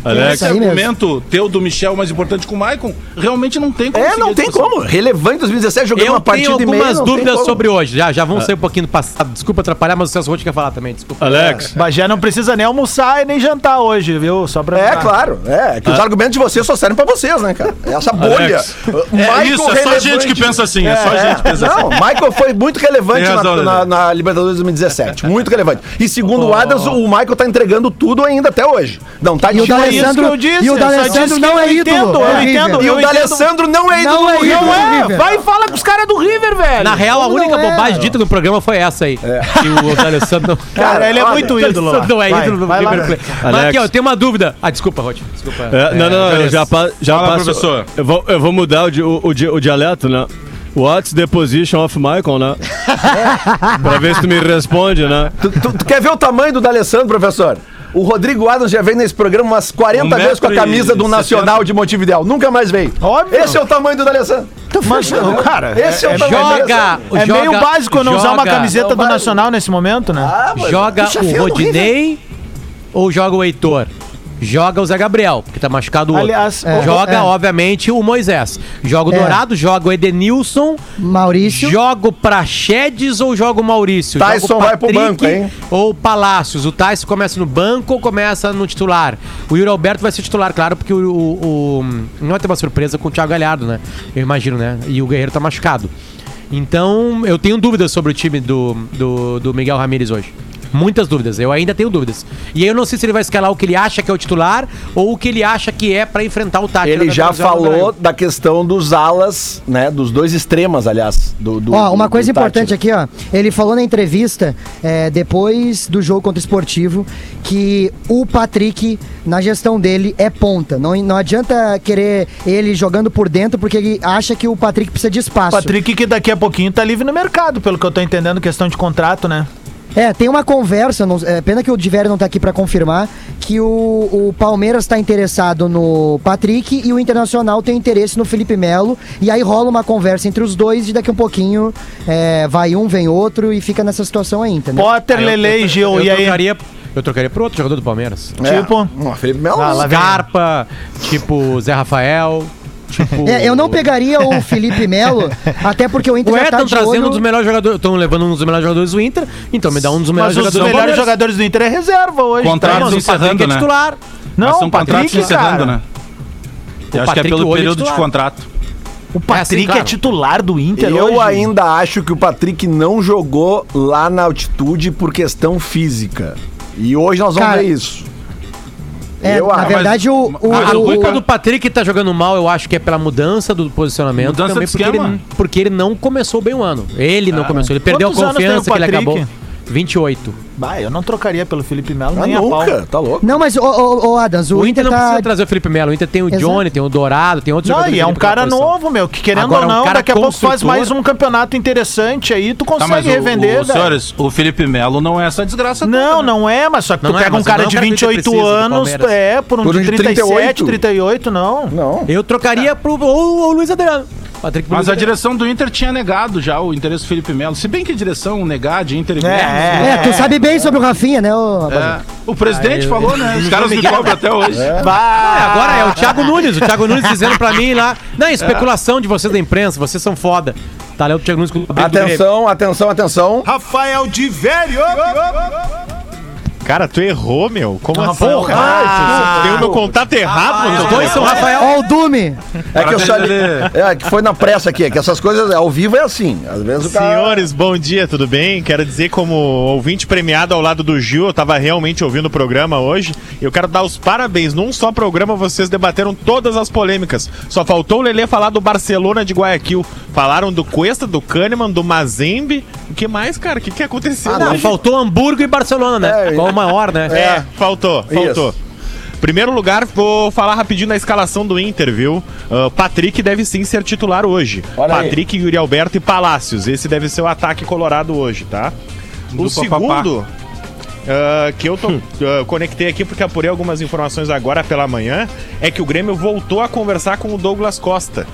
Alex. esse aí mesmo. argumento teu do Michel mais importante com o Maicon, realmente não tem como. É, não seguir a tem discussão. como. Relevante 2017, jogando Eu uma partida tenho e meia. algumas não tem dúvidas como. sobre hoje. Já, já vão ser um pouquinho do passado. Desculpa atrapalhar, mas o Celso Rotti quer falar também. Desculpa. Alex. Bagé não precisa nem almoçar e nem jantar hoje, viu? Só pra. É, Ah. avisar. claro. É, que os argumentos de vocês só servem pra vocês, né, cara? Essa bolha. Alex. É isso, é só gente que pensa assim, é, só gente que pensa assim. Não, Michael foi muito relevante Tem razão, na, na- Lelê. na Libertadores 2017. Muito relevante. E segundo o Adams, o Michael tá entregando tudo ainda até hoje. Não, tá E o de É isso que eu disse. E o eu só D'Alessandro disse que não é eu ídolo, Entendo, é eu horrível. entendo. E eu o entendo. D'Alessandro não é ídolo Não é do Rio. ídolo Não do é! River. Vai e fala com os caras do River, velho. Na real, a Como única não é? bobagem dita no programa foi essa aí. Que o Alessandro não. É. Cara, ele é olha, muito ídolo. Alessandro não é Vai, ídolo no vai lá. né? River Plate. Mas Alex. aqui, ó, eu tenho uma dúvida. Ah, desculpa, Rotti. Desculpa. É, não, não, não, eu já, pa, já Fala, passo. professor. Eu vou, eu vou mudar o, di- o, o di- o dialeto, né? What's the position of Michael, né? pra ver se tu me responde, né? Tu, tu- tu quer ver o tamanho do D'Alessandro, professor? O Rodrigo Adams já veio nesse programa umas 40 Um vezes com a metro e camisa do setenta. Nacional de Montevidéu. Nunca mais veio. Óbvio. Esse é o tamanho do D'Alessandro. Mas, cara, Esse é, o tamanho do Joga! D'Alessandro. é meio joga- básico não usar uma joga- camiseta Não do vai. Nacional nesse momento, né? Ah, mano, Joga bicha o feia do River. Rodinei ou joga o Heitor? Joga o Zé Gabriel, que tá machucado o outro. Aliás, é. joga, é. obviamente, o Moisés. Joga o É. Dourado, joga o Edenilson. Maurício. Joga o Praxedes ou joga o Maurício? Joga o Tyson vai pro banco, hein? Ou o Palácios. O Tyson começa no banco ou começa no titular? O Yuri Alberto vai ser titular, claro, porque o, o- o- não vai ter uma surpresa com o Thiago Galhardo, né? Eu imagino, né? E o Guerreiro tá machucado. Então, eu tenho dúvidas sobre o time do, do, do Miguel Ramírez hoje. Muitas dúvidas, eu ainda tenho dúvidas. E eu não sei se ele vai escalar o que ele acha que é o titular ou o que ele acha que é pra enfrentar o Tati. Ele já falou da questão dos alas, né? Dos dois extremas, aliás. Do, do, Ó, uma do- né? coisa do Tátira. importante aqui, ó. Ele falou na entrevista, é, depois do jogo contra o Esportivo, que o Patrick, na gestão dele, é ponta. Não, não adianta querer ele jogando por dentro, porque ele acha que o Patrick precisa de espaço. Patrick, que daqui a pouquinho tá livre no mercado, pelo que eu tô entendendo, questão de contrato, né? É, tem uma conversa, não- é, pena que o Diverio não tá aqui pra confirmar, que o, o Palmeiras tá interessado no Patrick e o Internacional tem interesse no Felipe Melo. E aí rola uma conversa entre os dois e daqui um pouquinho é, vai um, vem outro e fica nessa situação aí, entendeu? Potter, Lele e Gil, eu, e aí? trocaria, eu trocaria pro outro jogador do Palmeiras. É. Tipo, Ó, Felipe Melo. Ah, lá vem. Scarpa, tipo Zé Rafael, tipo. É, eu não pegaria o Felipe Melo, até porque o Inter O já tá Ethan de trazendo olho... um dos melhores jogadores. Estão levando um dos melhores jogadores do Inter, então me dá um dos melhores mas os jogadores melhores do Palmeiras. jogadores do Inter é reserva hoje. Contratos Então, Mas o encerrando, Patrick é né? titular. Não, Mas são contratos Patrick, encerrando, cara. né? Eu O acho que é Patrick pelo hoje é período de titular. contrato. O Patrick é, É, assim, claro. titular do Inter Eu hoje. ainda acho que o Patrick não jogou lá na altitude por questão física. E hoje nós vamos Cara, ver isso. É, Eu na acho. verdade, o... o, A o- culpa do Patrick que tá jogando mal, eu acho que é pela mudança do posicionamento. Mudança também de porque, esquema. Ah, ele, porque ele não começou bem o ano. Ele não começou. Ele perdeu a é. Quantos anos tem o confiança que ele Patrick? acabou. 28. Bah, eu não trocaria pelo Felipe Melo, Ah, nem a pau. nunca, tá louco. Não, mas, ô, ô, ô, Adams, o, O Inter, Inter não tá... precisa trazer o Felipe Melo. O Inter tem o Exato. Johnny, tem o Dourado, tem outros Não, jogadores. e é um ali pra cara aquela posição. novo, meu, que querendo ou Agora, um não, cara Tá, daqui a pouco faz construtor. mais um campeonato interessante aí, tu consegue Tá, o- revender, o, velho. senhores, o Felipe Melo não é essa desgraça toda, Não, né? não é, mas só que Não tu é, pega mas um não cara é um de cara que 28 precisa do anos, Palmeiras. é, por um Por de um de 37, 38, 38, não. Não. Eu trocaria pro ou o Luiz Adriano. Patrick pro Mas Luiz a Adriano. direção do Inter tinha negado já o interesse do Felipe Melo. Se bem que a direção negar de Inter e Grêmio, É, tu sabe bem sobre o Rafinha, né, ô, rapaziada? É. O presidente falou, né? Os caras me cobram até hoje. Ah, agora é o Thiago Nunes. O Thiago Nunes dizendo pra mim lá. Não, é especulação de vocês da imprensa, vocês são foda. Tá lendo o Thiago Nunes com o cabelo do Grêmio. Atenção, atenção, atenção. Rafael de velho. Cara, tu errou, meu. Como assim? porra. Ah, tu deu meu contato errado, Os meu. dois são Rafael. Ó, o Dume! É que eu só li- É, que foi na pressa aqui. É que essas coisas ao vivo é assim. Às vezes o cara. Senhores, bom dia, tudo bem? Quero dizer, como ouvinte premiado ao lado do Gil, eu tava realmente ouvindo o programa hoje. e Eu quero dar os parabéns. Num só programa vocês debateram todas as polêmicas. Só faltou o Lelê falar do Barcelona de Guayaquil. Falaram do Cuesta, do Kahneman, do Mazembe. O que mais, cara? O que, que aconteceu? Ah, Não, hoje? faltou Hamburgo e Barcelona, né? É, Qual o maior, né? É, faltou, faltou. Primeiro lugar, vou falar rapidinho da escalação do Inter, viu? Ah, Patrick deve sim ser titular hoje. Olha aí. Patrick, Yuri Alberto e Palácios. Esse deve ser o ataque colorado hoje, tá? O Dupla segundo, ah, que eu tô, ah, conectei aqui porque apurei algumas informações agora pela manhã, é que o Grêmio voltou a conversar com o Douglas Costa.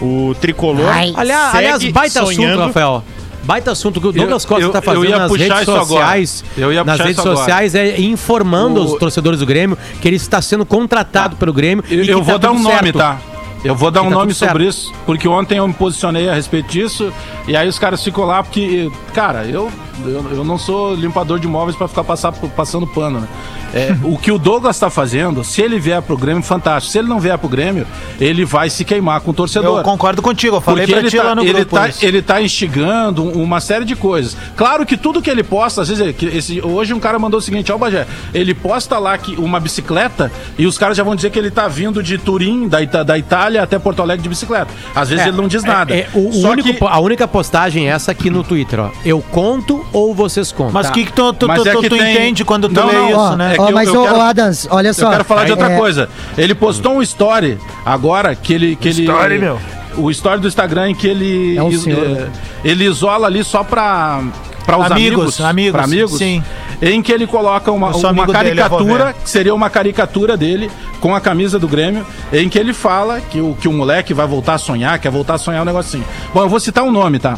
O tricolor. Aliás, aliás, segue baita assunto, sonhando- Rafael. Baita assunto que o Douglas Costa eu- está eu fazendo ia nas puxar redes isso agora. sociais. Eu ia nas puxar redes isso agora. sociais é informando O- os torcedores do Grêmio que ele está sendo contratado pelo Grêmio. Eu, e que eu tá vou dar tudo um nome, certo. tá? Eu vou dar Que um tá nome tudo certo. sobre isso, porque ontem eu me posicionei a respeito disso, e aí os caras ficam lá, porque, cara, eu, eu, eu não sou limpador de imóveis pra ficar passar- passando pano, né? É, o que o Douglas tá fazendo, se ele vier pro Grêmio, fantástico. Se ele não vier pro Grêmio, ele vai se queimar com o torcedor. Eu concordo contigo, eu falei Porque pra ele ti tá, lá no ele grupo. tá, isso. ele tá instigando uma série de coisas. Claro que tudo que ele posta, às vezes, ele- que esse- hoje um cara mandou o seguinte, ó, Bagé, ele posta lá que uma bicicleta e os caras já vão dizer que ele tá vindo de Turim, da, Ita- da Itália, até Porto Alegre de bicicleta. Às vezes É, ele não diz nada. É, é, o, o Só único, que- po- A única postagem é essa aqui no Twitter, ó. Eu conto ou vocês contam. Tá. Mas o que, que tu, tu, Mas tu- é tu- que tu tem- entende quando tu Não, lê não, isso, ó, né? é que Ó, eu- mas, eu ô, quero- ô, Adams, olha só. Eu quero falar de outra É, coisa. Ele postou um story agora que ele. Que ele Story, meu. O story do Instagram em que ele. É um is- senhor, eh, né? ele isola ali só pra. Pra os amigos, Amigos, amigos, pra amigos, sim. em que ele coloca uma, Eu sou uma amigo dele, eu vou caricatura, ver. que seria uma caricatura dele, com a camisa do Grêmio, em que ele fala que o, que o moleque vai voltar a sonhar, quer voltar a sonhar um negocinho. Bom, eu vou citar um nome, tá?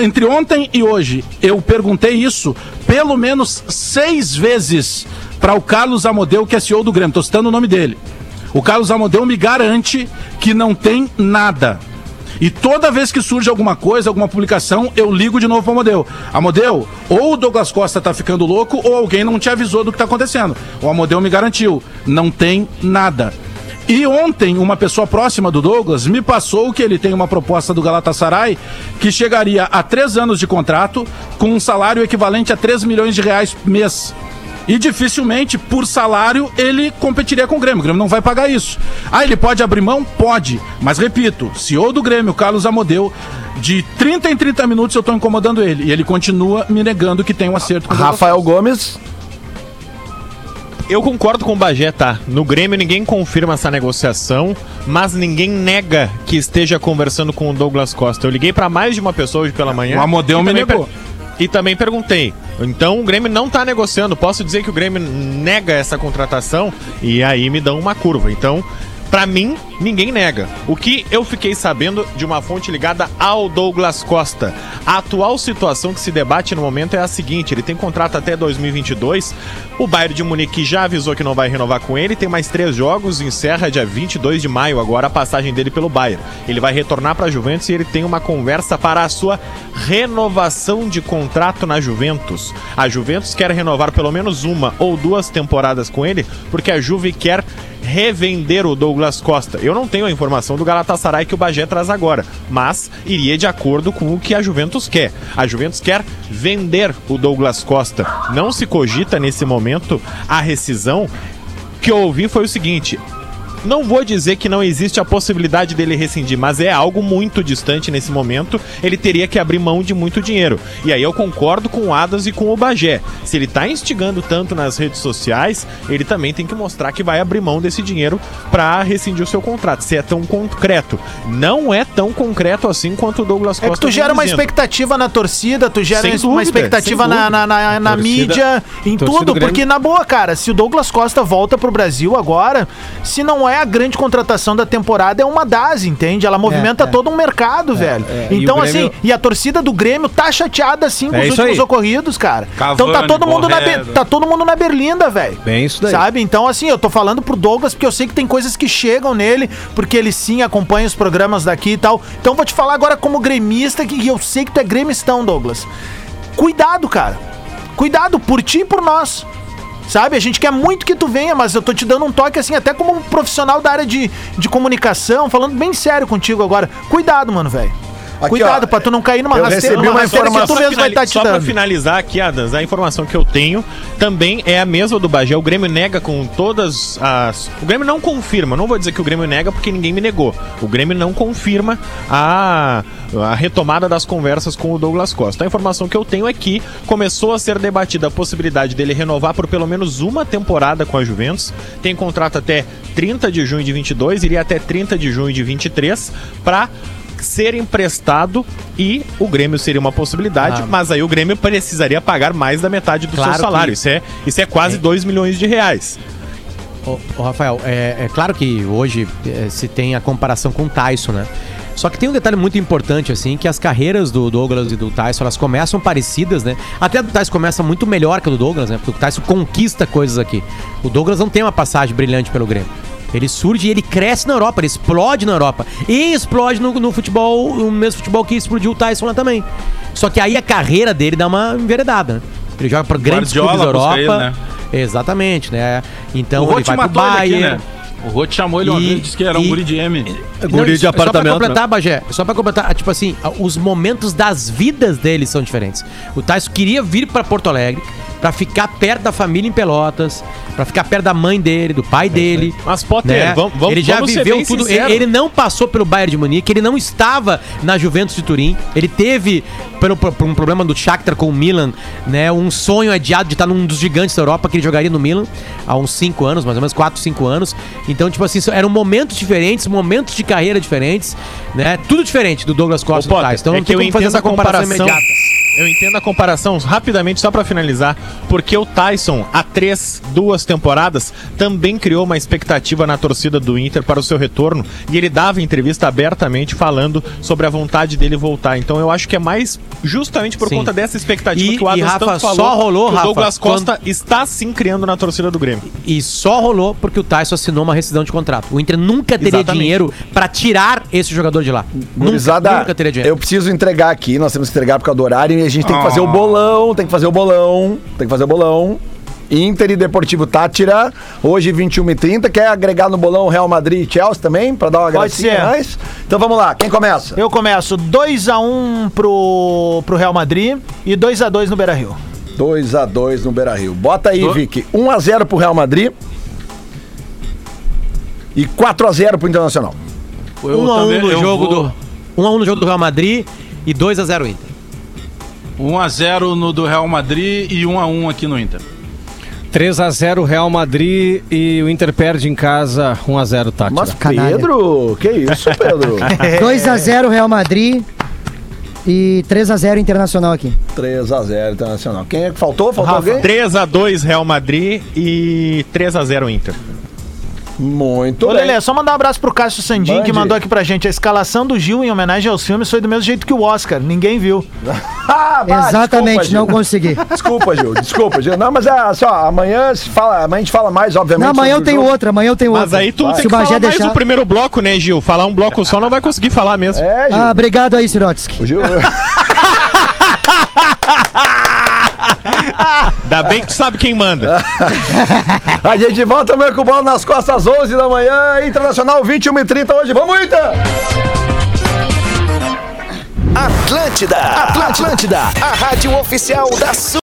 Entre ontem e hoje, eu perguntei isso pelo menos seis vezes para o Carlos Amodeu, que é CEO do Grêmio. Tô citando o nome dele. O Carlos Amodeu me garante que não tem nada. E toda vez que surge alguma coisa, alguma publicação, eu ligo de novo pra Amodeu. Amodeu, ou o Douglas Costa tá ficando louco, ou alguém não te avisou do que tá acontecendo. O Amodeu me garantiu, não tem nada. E ontem, uma pessoa próxima do Douglas me passou que ele tem uma proposta do Galatasaray que chegaria a três anos de contrato com um salário equivalente a 3 milhões de reais mês. E dificilmente, por salário, ele competiria com o Grêmio. O Grêmio não vai pagar isso. Ah, ele pode abrir mão? Pode. Mas repito, CEO do Grêmio, Carlos Amodeu, de 30 em 30 minutos eu tô incomodando ele. E ele continua me negando que tem um acerto com o Rafael Gomes. Eu concordo com o Bagé, tá? No Grêmio ninguém confirma essa negociação, mas ninguém nega que esteja conversando com o Douglas Costa. Eu liguei pra mais de uma pessoa hoje pela manhã. O Amodeu e me também negou. per- E também perguntei. Então o Grêmio não tá negociando. Posso dizer que o Grêmio nega essa contratação e aí me dão uma curva. Então, pra mim, ninguém nega. O que eu fiquei sabendo de uma fonte ligada ao Douglas Costa. A atual situação que se debate no momento é a seguinte: ele tem contrato até 2022. O Bayern de Munique já avisou que não vai renovar com ele. Tem mais três jogos, encerra dia 22 de maio agora a passagem dele pelo Bayern. Ele vai retornar para a Juventus e ele tem uma conversa para a sua renovação de contrato na Juventus. A Juventus quer renovar pelo menos uma ou duas temporadas com ele, porque a Juve quer revender o Douglas Costa. Eu não tenho a informação do Galatasaray que o Bagé traz agora, mas iria de acordo com o que a Juventus quer. A Juventus quer vender o Douglas Costa. Não se cogita nesse momento a rescisão. O que eu ouvi foi o seguinte: não vou dizer que não existe a possibilidade dele rescindir, mas é algo muito distante nesse momento. Ele teria que abrir mão de muito dinheiro. E aí eu concordo com o Adams e com o Bagé. Se ele tá instigando tanto nas redes sociais, ele também tem que mostrar que vai abrir mão desse dinheiro pra rescindir o seu contrato. Se é tão concreto. Não é tão concreto assim quanto o Douglas É Costa. que tu vem gera uma dizendo. expectativa na torcida, tu gera Sem uma dúvida, expectativa sem na, na, na- na Torcida- mídia, em torcida tudo, do Grêmio. porque na boa, cara, se o Douglas Costa volta pro Brasil agora, se não é a grande contratação da temporada, é uma das, É, entende? Ela movimenta todo um mercado, velho. E Então, o Grêmio- assim, e a torcida do Grêmio tá chateada assim com É os isso últimos aí. ocorridos, cara. então tá Cavani, todo mundo na be- Borré, tá todo mundo na berlinda, velho. Bem isso daí. Sabe? Então, assim, eu tô falando pro Douglas porque eu sei que tem coisas que chegam nele, porque ele sim acompanha os programas daqui e tal. Então, vou te falar agora como gremista, que eu sei que tu é gremistão, Douglas. Cuidado, cara. Cuidado por ti e por nós. Sabe, a gente quer muito que tu venha, mas eu tô te dando um toque assim, até como um profissional da área de, de comunicação, falando bem sério contigo agora. Cuidado, mano, velho. Aqui, Cuidado ó, pra tu não cair numa eu rasteira, recebi uma rasteira que informação- tu Só, mesmo vai estar finali- te só pra dando. finalizar aqui, Adams, a informação que eu tenho também é a mesma do Bagé. O Grêmio nega com todas as. O Grêmio não confirma. Não vou dizer que o Grêmio nega porque ninguém me negou. O Grêmio não confirma a, a retomada das conversas com o Douglas Costa. A informação que eu tenho é que começou a ser debatida a possibilidade dele renovar por pelo menos uma temporada com a Juventus. Tem contrato até 30 de junho de 22, iria até 30 de junho de 23 para ser emprestado e o Grêmio seria uma possibilidade, mas aí o Grêmio precisaria pagar mais da metade do Claro seu salário. que- Isso é, isso é quase 2 milhões de reais. Ô, ô, Rafael, é, é claro que hoje é, se tem a comparação com o Tyson, né? Só que tem um detalhe muito importante, assim, que as carreiras do Douglas e do Tyson, elas começam parecidas, né? Até a do Tyson começa muito melhor que a do Douglas, né? Porque o Tyson conquista coisas aqui. O Douglas não tem uma passagem brilhante pelo Grêmio. Ele surge e ele cresce na Europa, ele explode na Europa. E explode no, no futebol, o mesmo futebol que explodiu o Tyson lá também. Só que aí a carreira dele dá uma enveredada. né? Ele joga para grandes clubes da Guardiola Europa. busca ele, né? Exatamente, né? Então o ele Rotti vai pro matou ele aqui, Bayern. né? O Rotti chamou ele uma E- vez, disse que era e- um guri de né? M. é Não, isso- Só pra completar, Bagé, só pra completar, tipo assim, a- os momentos das vidas deles são diferentes. O Tyson queria vir pra Porto Alegre pra ficar perto da família em Pelotas, pra ficar perto da mãe dele, do É pai dele. Mas, Potter, vamos- vamos- Né? ele já vamos ser viveu bem tudo. sinceros. Ele, ele não passou pelo Bayern de Munique, ele não estava na Juventus de Turim. Ele teve, pelo, por, por um problema do Shakhtar com o Milan, né, um sonho adiado de estar num dos gigantes da Europa que ele jogaria no Milan há uns 5 anos, mais ou menos 4, 5 anos. Então, tipo assim, eram momentos diferentes, momentos de carreira diferentes, né? Tudo diferente do Douglas Costa e do Tyson. Então, é não que tem eu como fazer entendo essa a comparação, comparação. imediata. Eu entendo a comparação rapidamente, só pra finalizar, porque o Tyson, há três, duas temporadas, também criou uma expectativa na torcida do Inter para o seu retorno. E ele dava entrevista abertamente falando sobre a vontade dele voltar. Então eu acho que é mais justamente por Sim. conta dessa expectativa E- que o e, Adams Rafa, tanto falou. só rolou, que o Rafa, Douglas quando- Costa está sim criando na torcida do Grêmio. E só rolou porque o Tyson assinou uma rescisão de contrato. O Inter nunca teria Exatamente. dinheiro pra tirar esse jogador de lá. Nunca, Gurizada, nunca teria dinheiro. eu preciso entregar aqui, nós temos que entregar por causa do horário e a gente tem que fazer o bolão, tem que fazer o bolão, tem que fazer o bolão. Inter e Deportivo Tátira, hoje 21h30, quer agregar no bolão Real Madrid e Chelsea também, pra dar uma Pode gracinha ser. a mais? Então vamos lá, quem começa? Eu começo 2x1 pro, pro Real Madrid e 2x2 no Beira Rio. 2x2 no Beira-Rio. Bota aí, Do- Vic, 1x0 pro Real Madrid e 4x0 pro Internacional. 1 a 1 no jogo do 1 a 1 no jogo do Real Madrid e 2 a 0 Inter. 1x0 no do Real Madrid e 1x1 aqui no Inter. 3x0 Real Madrid e o Inter perde em casa 1x0 Tátira. Mas Canalha. Pedro, que isso, Pedro? 2x0 Real Madrid e 3x0 Internacional aqui. Ah, 3x0 Internacional. Quem é que faltou? Faltou alguém? 3x2 Real Madrid e 3x0 Inter. Muito Ô, bem. Lelê, só mandar um abraço pro Cássio Sandin, Mande. que mandou aqui pra gente. A escalação do Gil em homenagem aos filmes foi do mesmo jeito que o Oscar. Ninguém viu. Ah, bah, Exatamente, desculpa, não Gil. consegui. Desculpa, Gil. Desculpa, Gil. Não, mas ah, só, amanhã se fala, amanhã a gente fala mais, obviamente. Não, amanhã eu sobre o tenho jogo. outra, amanhã eu tenho outra. Mas aí tu Se tem o que falar Bagé mais deixar. o primeiro bloco, né, Gil? Falar um bloco só não vai conseguir falar mesmo. É, Gil. Ah, obrigado aí, Sirotsky. O Gil. Ainda bem que tu sabe quem manda. a gente volta amanhã com o bola nas costas às 11 da manhã, Internacional 21h30 hoje. Vamos, Inter! Atlântida, Atlântida, a rádio oficial da sua.